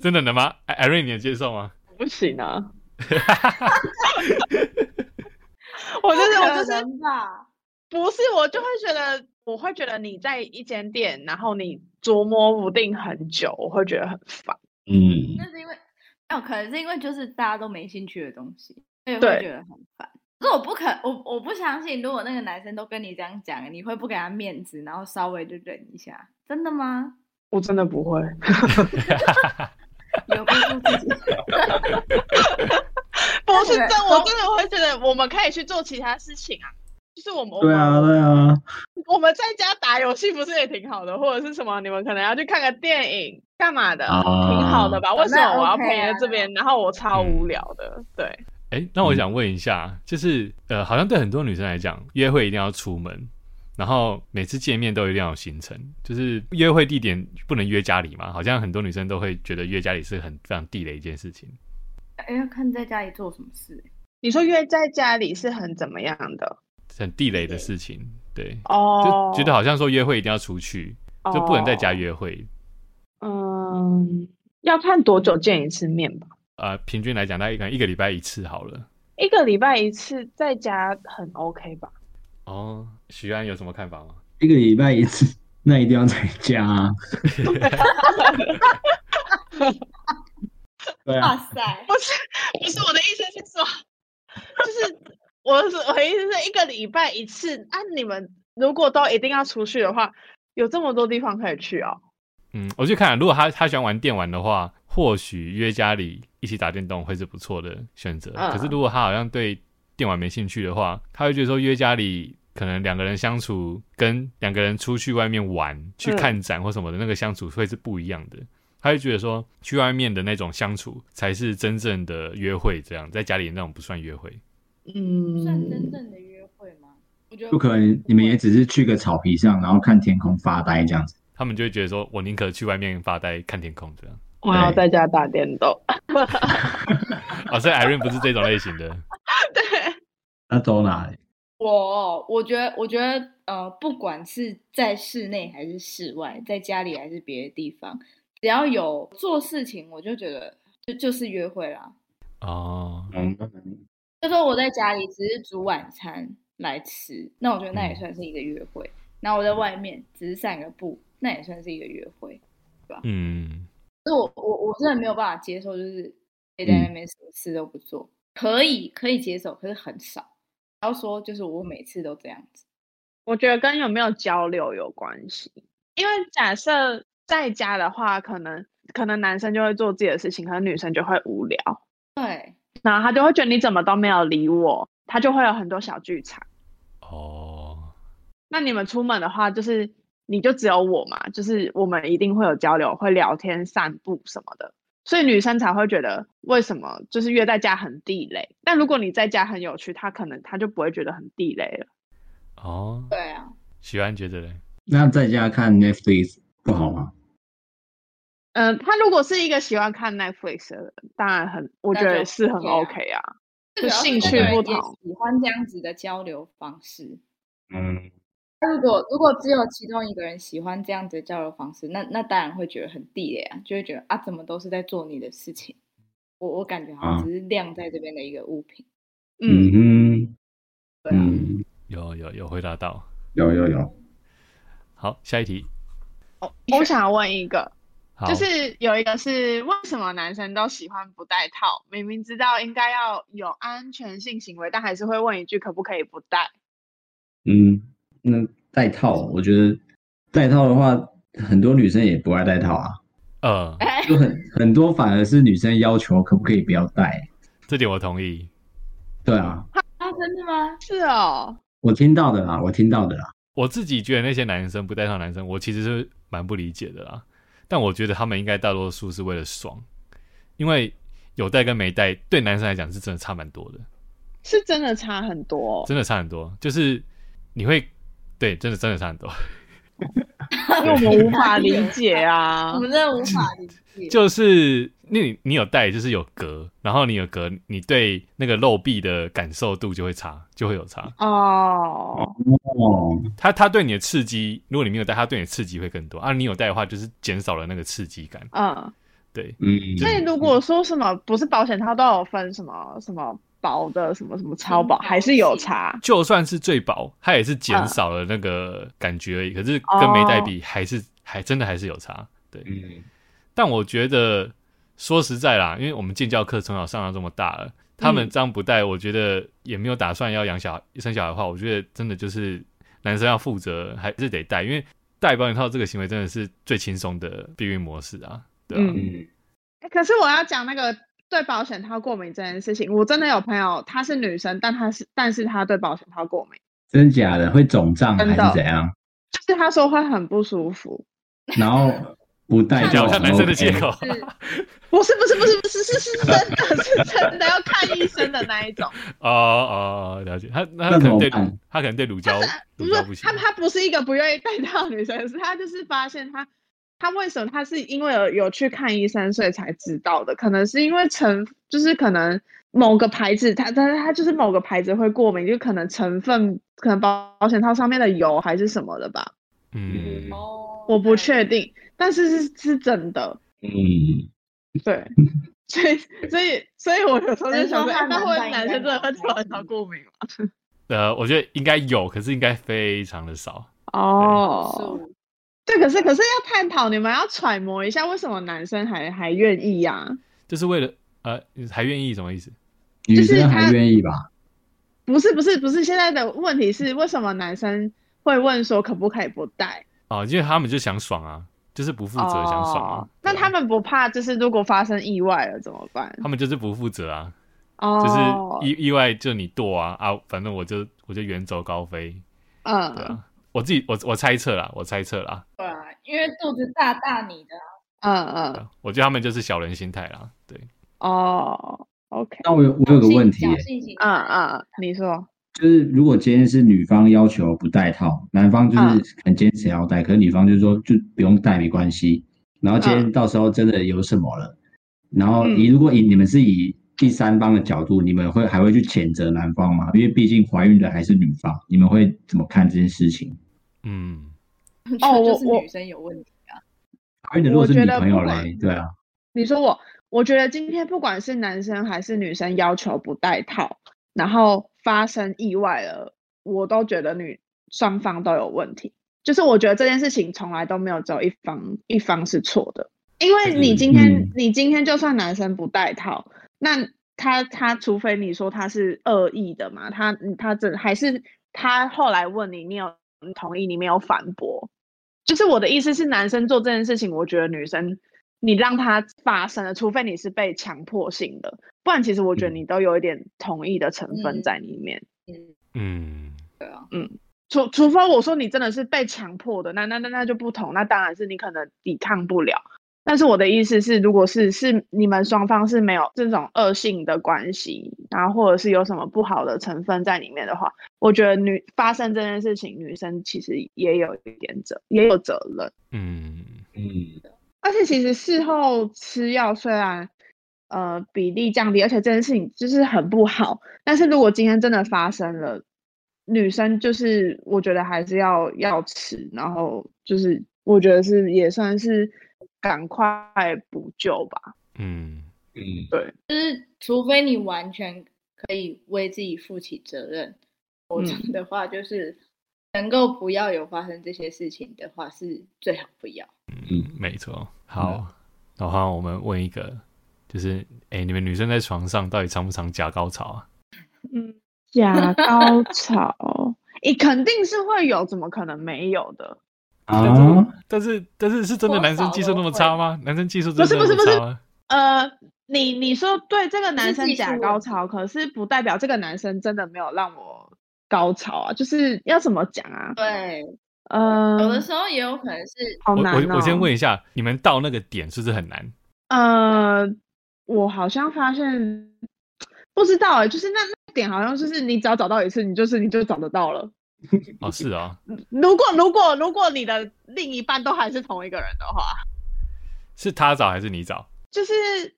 S1: 真的能吗？艾艾瑞，你能接受吗？
S2: 不行啊！我就是我就
S3: 不可哦
S2: 是
S3: 能吧，
S2: 不是我就会觉得我会觉得你在一间店，然后你捉摸不定很久，我会觉得很烦。
S4: 嗯，
S3: 那是因为没有，可能是因为就是大家都没兴趣的东西，所以会
S2: 对
S3: 觉得很烦。可是我不可，我我不相信，如果那个男生都跟你这样讲，你会不给他面子，然后稍微就忍一下，真的吗？
S2: 我真的不会，
S3: 有逼住自己。
S2: 不是
S3: 对
S2: 真，我真的会觉得我们可以去做其他事情啊。就是我们
S4: 对啊，对啊，
S2: 我们在家打游戏不是也挺好的，或者是什么？你们可能要去看个电影，干嘛的？
S4: 啊
S2: 挺好的吧？为什
S3: 那
S2: 么我要
S3: OK
S2: 陪在
S3: 啊
S2: 这边？然后我超无
S1: 嗯
S2: 聊的，对，
S1: 哎，那我想问一下，就是呃，好像对很多女生来讲，约会一定要出门，然后每次见面都一定要有行程，就是约会地点不能约家里嘛？好像很多女生都会觉得约家里是很非常地雷一件事情。
S3: 哎，要看在家里做什么事。欸
S2: 你说约在家里是很怎么样的？
S1: 很地雷的事情，对，
S2: 哦
S1: 就，觉得好像说约会一定要出去，
S2: 好
S1: 就不能在家。约会。
S2: 嗯，要看多久见一次面吧。
S1: 呃，平均来讲，大概可能一个礼拜一次好了。
S2: 一个礼拜一次，在家很 OK 吧？
S1: 哦，许安有什么看法吗？
S4: 一个礼拜一次，那一定要在家、啊。对
S3: 哇
S4: 啊，
S3: 塞，
S2: 不是不是，我的意思是说，就是我是我的意思是一个礼拜一次。啊，你们如果都一定要出去的话，有这么多地方可以去哦。
S1: 嗯，我去看，如果他他喜欢玩电玩的话，或许约家里一起打电动会是不错的选择。
S2: 嗯
S1: 可是如果他好像对电玩没兴趣的话，他会觉得说约家里可能两个人相处跟两个人出去外面玩、去看展或什么的那个相处会是不一样的。他会觉得说去外面的那种相处才是真正的约会，这样在家里那种不算约会。
S3: 算真
S2: 嗯，
S3: 正的约会吗？我觉得
S4: 不可能，你们也只是去个草皮上，然后看天空发呆这样子。
S1: 他们就会觉得说我宁可去外面发呆看天空这样。
S2: 我要
S4: 对
S2: 在家打电动。
S1: 啊，所以 Irene 不是这种类型的。
S2: 对，
S4: 那走哪里？
S3: 我我觉得，我觉得，呃，不管是在室内还是室外，在家里还是别的地方，只要有做事情，我就觉得就就是约会啦。
S1: 哦，
S4: 嗯，
S3: 就说我在家里只是煮晚餐来吃，那我觉得那也
S1: 嗯
S3: 算是一个约会。然后我在外面只是散个步，那也算是一个约会。
S1: 嗯，
S3: 就是我我我真的没有办法接受，就是可以在
S2: 嗯
S3: 那边什么事都不做，可以可以接受，可是很少。不要说就是我每次都这样子，
S2: 我觉得跟有没有交流有关系，因为假设在家的话，可能可能男生就会做自己的事情，可能女生就会无聊，
S3: 对，
S2: 然后他就会觉得你怎么都没有理我，他就会有很多小剧场。
S1: 哦。
S2: 那你们出门的话，就是你就只有我嘛，就是我们一定会有交流，会聊天、散步什么的，所以女生才会觉得为什么就是约在家很地雷。但如果你在家很有趣，他可能他就不会觉得很地雷了。
S1: 哦，
S3: 对啊，
S1: 喜欢觉得嘞，
S4: 那在家看 Netflix 不好吗？
S2: 嗯、他如果是一个喜欢看 Netflix 的人，当然很，我
S3: 那
S2: 觉得
S3: 就是
S2: 很
S3: OK
S2: OK 啊。
S3: 就
S2: 就
S3: 主要是
S2: 兴
S3: 那
S4: 趣
S3: 个人
S2: 不
S3: 也
S2: 同
S3: 喜欢这样子的交流方式。
S4: 嗯，
S3: 那如果如果只有其中一个人喜欢这样子的交流方式，那那当然会觉得很地雷啊，就会觉得啊，怎么都是在做你的事情，我我感觉好
S4: 啊
S3: 像只是晾在这边的一个物品，
S2: 嗯，
S4: 嗯
S3: 对啊，
S4: 嗯，
S1: 有有有回答到。
S4: 有有有，
S1: 好，下一题。
S2: 我想要问一个，
S1: 好，
S2: 就是有一个是为什么男生都喜欢不戴套？明明知道应该要有安全性行为，但还是会问一句可不可以不戴？
S4: 嗯，那戴套，我觉得戴套的话，很多女生也不爱戴套啊，
S1: 呃，
S3: 哎，
S4: 就很很多反而是女生要求可不可以不要戴。
S1: 这点我同意。
S4: 对啊，
S3: 啊，真的吗？
S2: 是哦，
S4: 我听到的啦，我听到的啦。
S1: 我自己觉得那些男生不带上男生，我其实是蛮不理解的啦。但我觉得他们应该大多数是为了爽，因为有带跟没带对男生来讲是真的差蛮多的，
S2: 是真的差很多、
S1: 真的差很多。就是你会对，真的真的差很 多。
S2: 因为我们无法理
S3: 有
S2: 解啊
S3: 我。们真的无法理解，
S1: 就是你你有带就是有隔，然后你有隔，你对那个肉壁的感受度就会差，就会有差。
S2: 哦，
S4: 哦，
S1: 他他对你的刺激，如果你没有带，他对你的刺激会更多啊。你有带的话，就是减少了那个刺激感。
S2: 嗯，
S1: 对，
S4: 嗯，
S2: 所以如果说什么不是保险套都有分什么什么薄的，什么什么超薄，
S3: 轻薄
S2: 还是有
S3: 型
S2: 差。
S1: 就算是最薄，它也是减少了那个感觉而已。可是跟没带比，还是还真的还是有差。对，
S4: 嗯，
S1: 但我觉得说实在啦，因为我们建教课从小上到这么大了，他们这样不带，我觉得也没有打算要养小孩生小孩的话，我觉得真的就是男生要负责，还是得带，因为带保险套这个行为真的是最轻松的避孕模式啊。对啊，
S2: 嗯
S4: 嗯，
S2: 欸可是我要讲那个对保险套过敏这件事情，我真的有朋友，她是女生，但她是但是她对保险套过敏，
S4: 真假的会肿胀啊还
S2: 真的
S4: 是怎样？
S2: 就是她说会很不舒服。
S4: 然后不 戴
S1: 讲
S4: 套，
S1: 一下男生的借口。
S3: 是
S2: 不是不是不是不是是是真的是真的要看医生的那一 种，
S1: 哦哦，哦了解。他那他
S4: 那
S1: 可
S4: 怎
S1: 能
S4: 么
S1: 对
S4: 办
S1: 他可能对乳胶
S2: 不
S1: 乳
S2: 是
S1: 胶不行
S2: 她。她不是一个不愿意戴套的女生，是她就是发现她她为什么她是因为有有去看医生，所以才知道的，可能是因为成就是可能某个牌子，她但是她就是某个牌子会过敏，就可能成分可能保保险套上面的油还是什么的吧。
S1: 嗯，
S3: 哦，
S2: 我不
S3: 对
S2: 确定，但是是是真的，
S4: 嗯，
S2: 对，所以所以所以我有时候就
S3: 男
S2: 想说，
S3: 生和
S2: 哎，那
S3: 男
S2: 会
S3: 伴应
S2: 男
S3: 该
S2: 生真的
S3: 蛮
S2: 会突然
S3: 开
S2: 到
S3: 心
S2: 过敏吗？
S1: 呃，我觉得应该有，可是应该非常的少。
S2: 哦，
S3: 是
S2: 这可是可是要探讨，你们要揣摩一下，为什么男生还还愿意啊呀、
S1: 就是为了呃还愿意什么意思？
S4: 女
S2: 就是
S4: 生
S2: 他
S4: 还愿意吧？
S2: 不是不是不是，现在的问题是为什么男生会问说可不可以不带？
S1: 哦，因为他们就想爽啊，就是不负责想爽啊
S2: 哦。那
S1: 对啊
S2: 他们不怕就是如果发生意外了怎么办？
S1: 他们就是不负责啊，就
S2: 哦，
S1: 是意意外就你剁啊啊，反正我就我就远走高飞，
S2: 嗯
S1: 对啊，我自己我我猜测啦，我猜测啦，
S3: 对啊，因为肚子大大你的
S2: 嗯
S3: 啊，
S1: 对
S2: 嗯，
S1: 啊我觉得他们就是小人心态啦，对，
S2: 哦，OK，
S4: 那我有我有个问题耶、
S3: 侥幸心态
S2: 嗯嗯，你说，
S4: 就是如果今天是女方要求不戴套，男方就是
S2: 嗯
S4: 很坚持要戴，可是女方就说就不用戴没关系。然后
S2: 嗯
S4: 今天到时候真的有什么了，然后你如果以你们是以第三方的角度，你们会还会去谴责男方吗？因为毕竟怀孕的还是女方，你们会怎么看这件事情？
S1: 嗯，
S3: 我觉得
S2: 哦我
S3: 就是
S2: 我
S3: 女生有问题啊。
S4: 怀孕的如果是
S2: 我
S4: 女
S2: 觉得
S4: 朋友
S2: 不管
S4: 嘞，对啊，
S2: 你说我，我觉得今天不管是男生还是女生要求不戴套，然后发生意外了，我都觉得女双方都有问题。就是我觉得这件事情从来都没有只有一方一方是错的，因为
S1: 就是
S2: 你今天、
S4: 嗯
S2: 你今天就算男生不戴套，那他他除非你说他是恶意的嘛，他他真还是他后来问你，你有同意，你没有反驳，就是我的意思是，男生做这件事情，我觉得女生你让它发生了，除非你是被强迫性的，不然其实我觉得
S4: 嗯
S2: 你都有一点同意的成分
S3: 嗯
S2: 在里面。
S3: 嗯，
S1: 嗯，
S3: 对啊，
S2: 除除非我说你真的是被强迫的，那那那那就不同，那当然是你可能抵抗不了。但是我的意思是，如果是是你们双方是没有这种恶性的关系，然后或者是有什么不好的成分在里面的话，我觉得女发生这件事情，女生其实也有一点责，也有责任。
S1: 嗯，
S4: 嗯，
S2: 而且其实事后吃药虽然呃比例降低，而且这件事情就是很不好，但是如果今天真的发生了，女生就是我觉得还是要要吃，然后就是我觉得是也算是赶快补救吧。
S1: 嗯，
S3: 就是除非你完全可以为自己负起责任，否则
S4: 嗯
S3: 的话就是能够不要有发生这些事情的话，是最好不要。
S1: 嗯没错。好，然后我们问一个，就是哎、你们女生在床上到底常不常假高潮啊？
S2: 嗯，假 高潮，你肯定是会有，怎么可能没有的？
S4: 啊，
S1: 但是但是是真的
S3: 多
S1: 男生
S3: 少
S1: 技术
S3: 都
S1: 那么
S3: 会
S1: 差吗？男生技术真的
S2: 不是不是
S1: 那么
S2: 不是
S1: 差吗
S2: 呃，你你说对这个
S3: 是
S2: 男生
S3: 技术
S2: 假
S3: 问
S2: 高
S3: 题
S2: 潮，可是不代表这个男生真的没有让我高潮啊，就是要怎么讲啊？
S3: 对，
S2: 呃，
S3: 有的时候也有可能是
S2: 好
S1: 我
S2: 难
S1: 我我先
S2: 哦
S1: 问一下，你们到那个点是不是很难？
S2: 呃，我好像发现不知道哎、就是那那点好像就是你只要找到一次，你就是你就找得到了。
S1: 哦，是哦，
S2: 如果如果如果你的另一半都还是同一个人的话，
S1: 是他找还是你找？
S2: 就是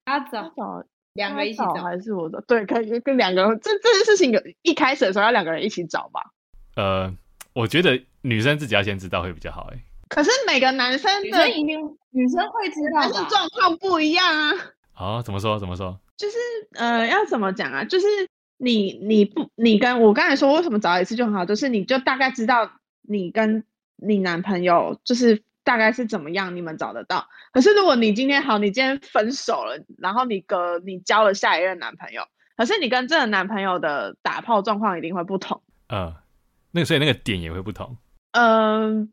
S3: 他
S2: 他
S3: 找
S2: 找
S3: 两
S2: 他
S3: 个一起
S2: 找
S3: 找，
S2: 还是我的？对，可以跟两个人，这这件事情有一开始的时候要两个人一起找吧。
S1: 呃，我觉得女生自己要先知道会比较好。哎，
S2: 可是每个男生
S3: 女
S2: 的
S3: 生一定女生会知道
S2: 男生
S3: 吧？
S2: 状况不一样啊，
S1: 哦，怎么说怎么说？
S2: 就是呃，要怎么讲啊？就是你你不你跟我刚才说为什么找一次就很好，就是你就大概知道你跟你男朋友就是大概是怎么样，你们找得到。可是如果你今天好，你今天分手了，然后你隔你交了下一任男朋友，可是你跟这个男朋友的打炮状况一定会不同。
S1: 呃，那个所以那个点也会不同。
S2: 嗯、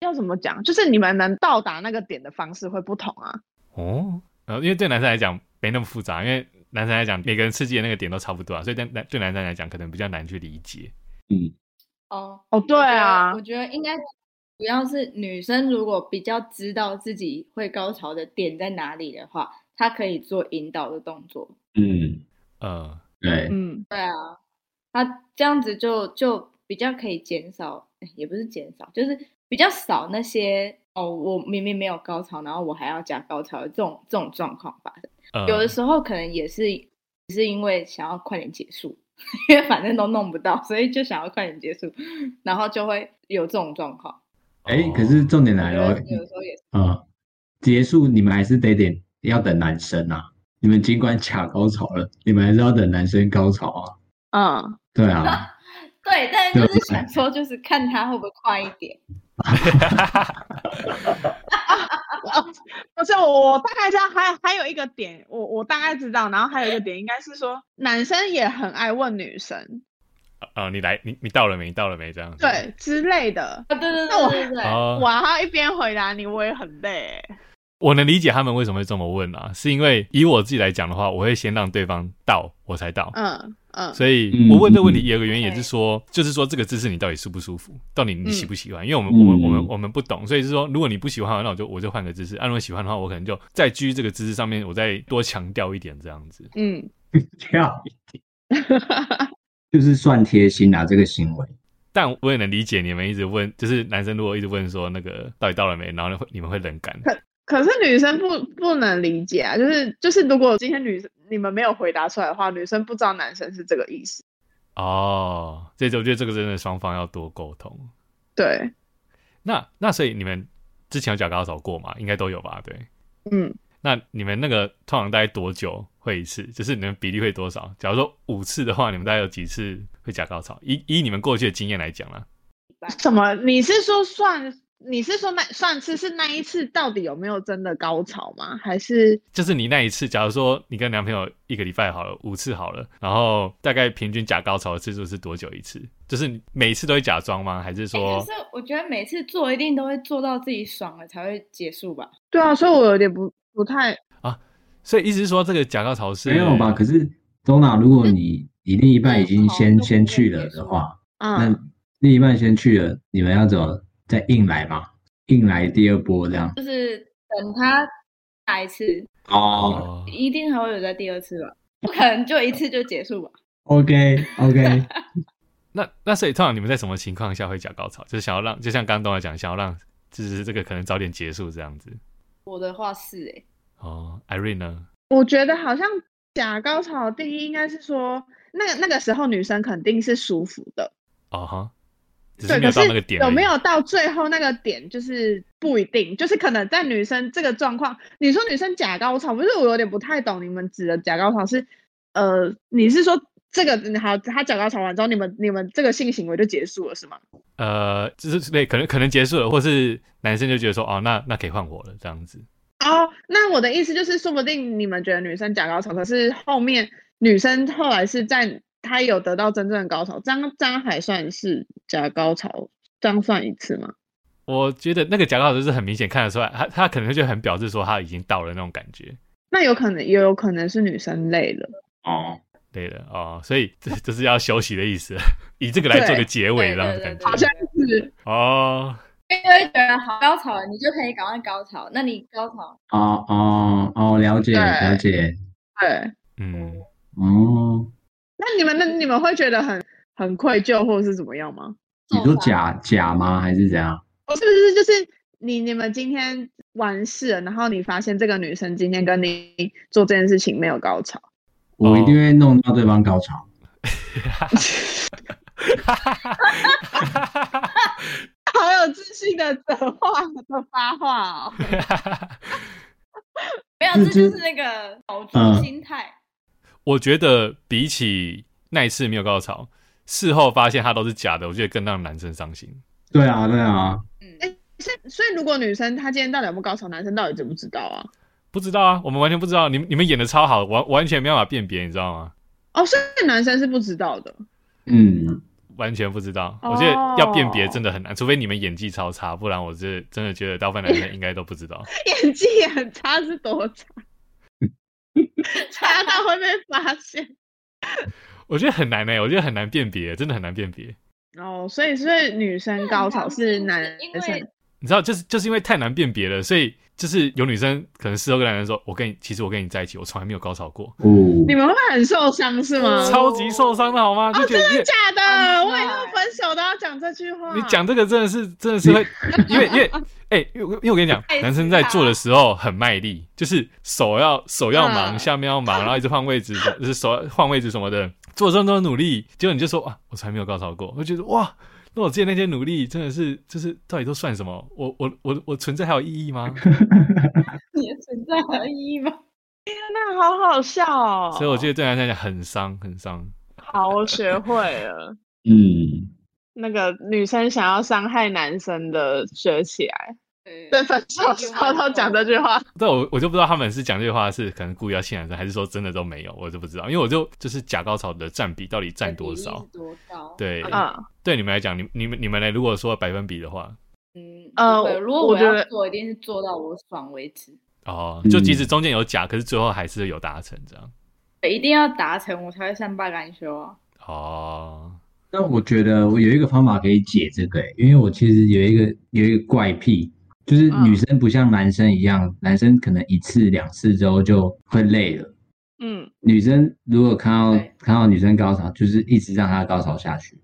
S2: 要怎么讲？就是你们能到达那个点的方式会不同啊。
S1: 哦，呃，因为对男生来讲没那么复杂，因为男生来讲每个人刺激的那个点都差不多啊，所以对男对男生来讲可能比较难去理解。
S4: 嗯，
S3: 哦，
S2: 哦，对啊，
S3: 我觉得应该主要是女生如果比较知道自己会高潮的点在哪里的话，她可以做引导的动作。
S4: 嗯，
S1: 呃，
S4: 对，
S2: 嗯，
S3: 对啊，她这样子就就比较可以减少，哎也不是减少，就是比较少那些哦，我明明没有高潮，然后我还要加高潮的这种这种状况发生。
S2: 嗯
S1: 呃
S3: 有的时候可能也是只是因为想要快点结束，因为反正都弄不到，所以就想要快点结束，然后就会有这种状况。
S4: 哎、可是重点来
S3: 我
S4: 了
S2: 哦
S3: 觉，得有的时候也是。
S4: 啊，结束你们还是得得要等男生啊。你们尽管卡高潮了，你们还是要等男生高潮啊。
S2: 嗯，
S4: 对啊，
S3: 对，但是就
S4: 对
S3: 是想说，就是看他会不会快一点。
S2: 不是我，我大概知道，还有还有一个点，我我大概知道，然后还有一个点应该是说，男生也很爱问女生，
S1: 啊，你来，你你到了没？你到了没？这样子。
S2: 对之类的。
S3: 啊，对对
S2: 那我
S3: 对对对，
S1: 啊，
S2: 我还要一边回答你，我也很累欸。
S1: 我能理解他们为什么会这么问啊，是因为以我自己来讲的话，我会先让对方到，我才到。
S2: 嗯嗯，
S1: 所以
S4: 嗯
S1: 我问这个问题
S4: 嗯
S1: 有个原因，
S3: 对
S1: 也是说，就是说这个姿势你到底舒不舒服，到底你
S2: 嗯
S1: 喜不喜欢？因为我们我们
S4: 嗯
S1: 我们我们不懂，所以是说，如果你不喜欢的话，那我就我就换个姿势；，按、如果喜欢的话，我可能就再居这个姿势上面，我再多强调一点这样子。
S2: 嗯，
S4: 跳，就是算贴心啊，这个行为。
S1: 但我也能理解你们一直问，就是男生如果一直问说那个到底到了没，然后呢会你们会冷感。
S2: 可是女生不不能理解啊，就是就是，如果今天女生你们没有回答出来的话，女生不知道男生是这个意思。
S1: 哦，所以我觉得这个真的双方要多沟通。
S2: 对，
S1: 那那所以你们之前有脚高手过吗？应该都有吧？对。
S2: 嗯，
S1: 那你们那个通常大概多久会一次？就是你们比例会多少？假如说五次的话，你们大概有几次会假高潮？以以你们过去的经验来讲啊啦，
S2: 什么？你是说算？你是说那上次是那一次到底有没有真的高潮吗？还是
S1: 就是你那一次，假如说你跟男朋友一个礼拜好了，五次好了，然后大概平均假高潮的次数是多久一次？就是你每次都会假装吗？还是
S3: 哎
S1: 说
S3: 可是我觉得每次做一定都会做到自己爽了才会结束吧？
S2: 对啊？所以我有点不不太
S1: 所以意思是说这个假高潮是
S4: 没有吧？可是 Dona，如果你你另一半已经
S3: 嗯
S4: 先
S3: 好
S4: 先去了的话，那
S2: 嗯，
S4: 另一半先去了，你们要怎么再硬来嘛？硬来第二波这样
S3: 就是等他下一次，
S4: 哦。
S1: 哦，
S3: 一定还会有在第二次吧？不可能就一次就结束吧？
S4: OK OK，
S1: 那那所以通常你们在什么情况下会假高潮？就是想要让，就像刚刚东来讲，想要让就是这个可能早点结束这样子。
S3: 我的话是哎、
S1: 哦，Irene 呢？
S2: 我觉得好像假高潮的定义应该是说，那那个时候女生肯定是舒服的，
S1: 哦哈，只是
S2: 对，
S1: 没
S2: 可
S1: 有到
S2: 是
S1: 那个点而已，
S2: 有没有到最后那个点，就是不一定，就是可能在女生这个状况，你说女生假高潮，不是我有点不太懂你们指的假高潮是，呃，你是说这个好，她假高潮完之后，你们你们这个性行为就结束了是吗？
S1: 呃，就是对，可能可能结束了，或是男生就觉得说，哦，那那可以换我了，这样子。
S2: 哦，那我的意思就是，说不定你们觉得女生假高潮，可是后面女生后来是在她有得到真正的高潮，这样这样还算是假高潮，这样算一次吗？
S1: 我觉得那个假高潮是很明显看得出来，他他可能就很表示说他已经到了那种感觉，
S2: 那有可能也有可能是女生累了。
S4: 哦，
S1: 对了哦，所以这这是要休息的意思，以这个来做个结尾，这样子
S3: 对
S1: 感
S3: 对
S1: 觉
S3: 对
S2: 好像是，
S1: 哦。
S3: 因为就会觉得好高潮了，你就可以赶快高潮。那你高潮，
S4: 哦哦哦，了解
S2: 对
S4: 了解，
S2: 对。
S1: 嗯，
S4: 哦，
S2: 那你们那你们会觉得很很愧疚或者是怎么样吗？哦
S4: 你说假假吗？还是怎样？
S2: 是不是就是你你们今天完事了，然后你发现这个女生今天跟你做这件事情没有高潮， 哦
S4: 我一定会弄到对方高潮。
S2: 好有自信的 责话的发话哦。
S3: 没有，
S4: 就
S3: 这就是
S4: 就
S3: 那个保住
S4: 嗯
S3: 心态。
S1: 我觉得比起那一次没有高潮，事后发现他都是假的，我觉得更让男生伤心。
S4: 对啊对啊，
S3: 嗯，
S2: 哎所以所以如果女生她今天到底有没有高潮，男生到底知不知道啊？
S1: 不知道啊，我们完全不知道，你们你们演的超好，完完全没办法辨别，你知道吗？
S2: 哦，所以男生是不知道的。
S4: 嗯，
S1: 完全不知道，
S2: 哦
S1: 我觉得要辨别真的很难，除非你们演技超差，不然我是真的觉得大部分男生应该都不知道。
S2: 演技也很差是多 差？差到会被发现。
S1: 我觉得很难呢、欸我觉得很难辨别，真的很难辨别。
S2: 哦，所以所以女生高潮是男
S3: 因
S2: 生
S3: 为
S1: 你知道，就是就是因为太难辨别了，所以就是有女生可能事后跟男生说：“我跟你，其实我跟你在一起，我从来没有高潮过。
S4: 哦，
S2: 你们会很受伤是吗？
S3: 哦
S1: 超级受伤的好吗？就觉得因为
S2: 假的，
S3: 好厉
S2: 我以后
S3: 害
S2: 分手都要讲这句话。
S1: 你讲这个真的是真的是 会，因为因为哎、因为我因为我跟你讲
S3: 太，
S1: 男生
S3: 知
S1: 在
S3: 道
S1: 做的时候很卖力，就是手要手要忙，
S2: 嗯
S1: 下面要忙，然后一直换位置，就是手换位置什么的，做这么多努力，结果你就说啊，我从来没有高潮过，我就觉得哇，那我之前那些努力真的是就是到底都算什么？我我我我存在还有意义吗？
S3: 你的存在而已嘛。
S2: 那好好笑哦。
S1: 所以我觉得对男生来讲很伤很伤。
S2: 好，我学会了。
S4: 嗯，
S2: 那个女生想要伤害男生的学起来。
S3: 对
S2: 对，分手时候都讲这句话。
S1: 对，我我就不知道他们是讲这句话是可能故意要气男生，还是说真的都没有，我就不知道，因为我就就是假高潮的占比到底占多少？
S3: 多高？，
S1: 对，
S2: 嗯，
S1: 对你们来讲，你你们你们呢？如果说百分比的话，
S3: 嗯，
S2: 呃
S3: 对
S2: 我
S3: 如果
S2: 我
S3: 我
S2: 觉
S3: 要
S2: 得
S3: 做，一定是做到我爽为止，
S1: 哦，
S4: 嗯
S1: 就即使中间有假，可是最后还是有达成这样。
S3: 对一定要达成，我才会善罢甘休啊。
S1: 哦，
S4: 那我觉得我有一个方法可以解这个、欸，因为我其实有一个有一个怪癖，就是
S2: 嗯
S4: 女生不像男生一样，男生可能一次两次之后就会累了。
S2: 嗯，
S4: 女生如果看到
S3: 对
S4: 看到女生高潮，就是一直让她高潮下去，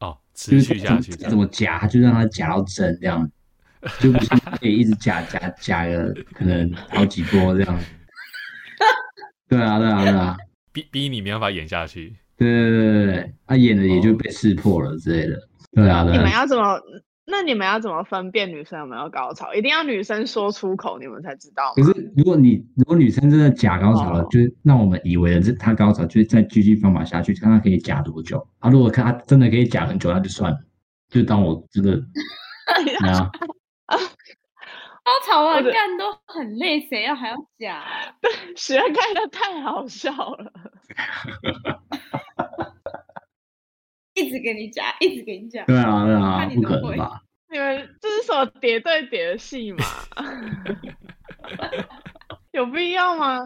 S1: 哦，
S4: 就
S1: 持
S4: 是
S1: 续下去
S4: 嗯怎
S1: 这
S4: 么
S1: 样
S4: 怎么夹，就让她夹到真这样，就不是可以一直夹 夹夹个可能好几波这样。对啊，对啊，对啊，
S1: 逼逼你没办法演下去。
S4: 对对对对对，他、演的也
S1: 哦
S4: 就被识破了之类的。对啊，
S1: 嗯
S4: 对
S2: 你们
S4: 啊，
S2: 要怎么？那你们要怎么分辨女生有没有高潮？一定要女生说出口，你们才知道
S4: 可
S2: 吗？
S4: 是如果你如果女生真的假高潮了，
S2: 哦
S4: 就是让我们以为的这她高潮，就是再继续方法下去，看她可以假多久。啊，如果看她真的可以假很久，那就算了，就当我真 的对啊。
S3: 高潮啊，
S2: 或者
S3: 干都很累，谁要还要假啊？
S2: 学盖的太好笑了。
S3: 一直给你假，一直给你假。
S4: 对啊，对啊，
S3: 看你
S4: 不
S3: 怎么
S4: 可能
S3: 回
S4: 吧？
S2: 你们这是什么叠对叠的戏吗？ 有必要吗？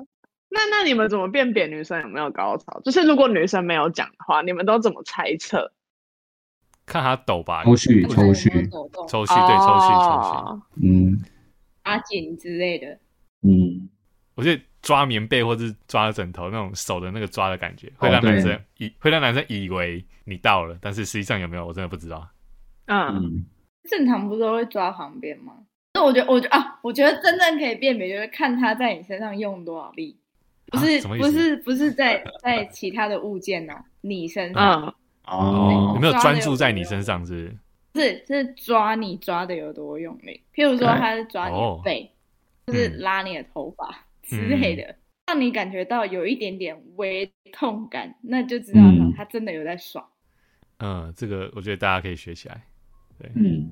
S2: 那那你们怎么辨别女生有没有高潮？就是如果女生没有讲的话，你们都怎么猜测？
S1: 看他抖吧，
S4: 抽蓄
S3: 不
S1: 我
S3: 然有没有
S4: 抽蓄
S3: 抖动
S1: 抽蓄，对，抽蓄，抽蓄。
S2: 哦
S4: 嗯
S3: 阿锦之类的，
S4: 嗯，
S1: 我觉得抓棉被或是抓枕头那种手的那个抓的感觉，会
S4: 哦
S1: 让男
S4: 对
S1: 生以会让男生以为你到了，但是实际上有没有，我真的不知道。
S2: 嗯，
S4: 嗯，
S3: 正常不是都会抓旁边吗？那我觉得，我觉得啊，我觉得真正可以辨别就是看他在你身上用多少力，不
S1: 啊
S3: 是、
S1: 什么意
S3: 不
S1: 思
S3: 是不是在在其他的物件哦，你身上、
S2: 嗯，
S1: 哦，有
S4: 哦
S1: 没有
S3: 抓得
S1: 专
S3: 有
S1: 注在你
S3: 用
S1: 身上？是不是？
S3: 不是是抓你抓的有多用力。譬如说
S4: 对
S3: 他是抓你
S1: 哦
S3: 的背，就是
S1: 嗯
S3: 拉你的头发之类的，让你感觉到有一点点微痛感，那就知道
S4: 嗯
S3: 他真的有在爽。
S1: 嗯，这个我觉得大家可以学起来。
S4: 嗯，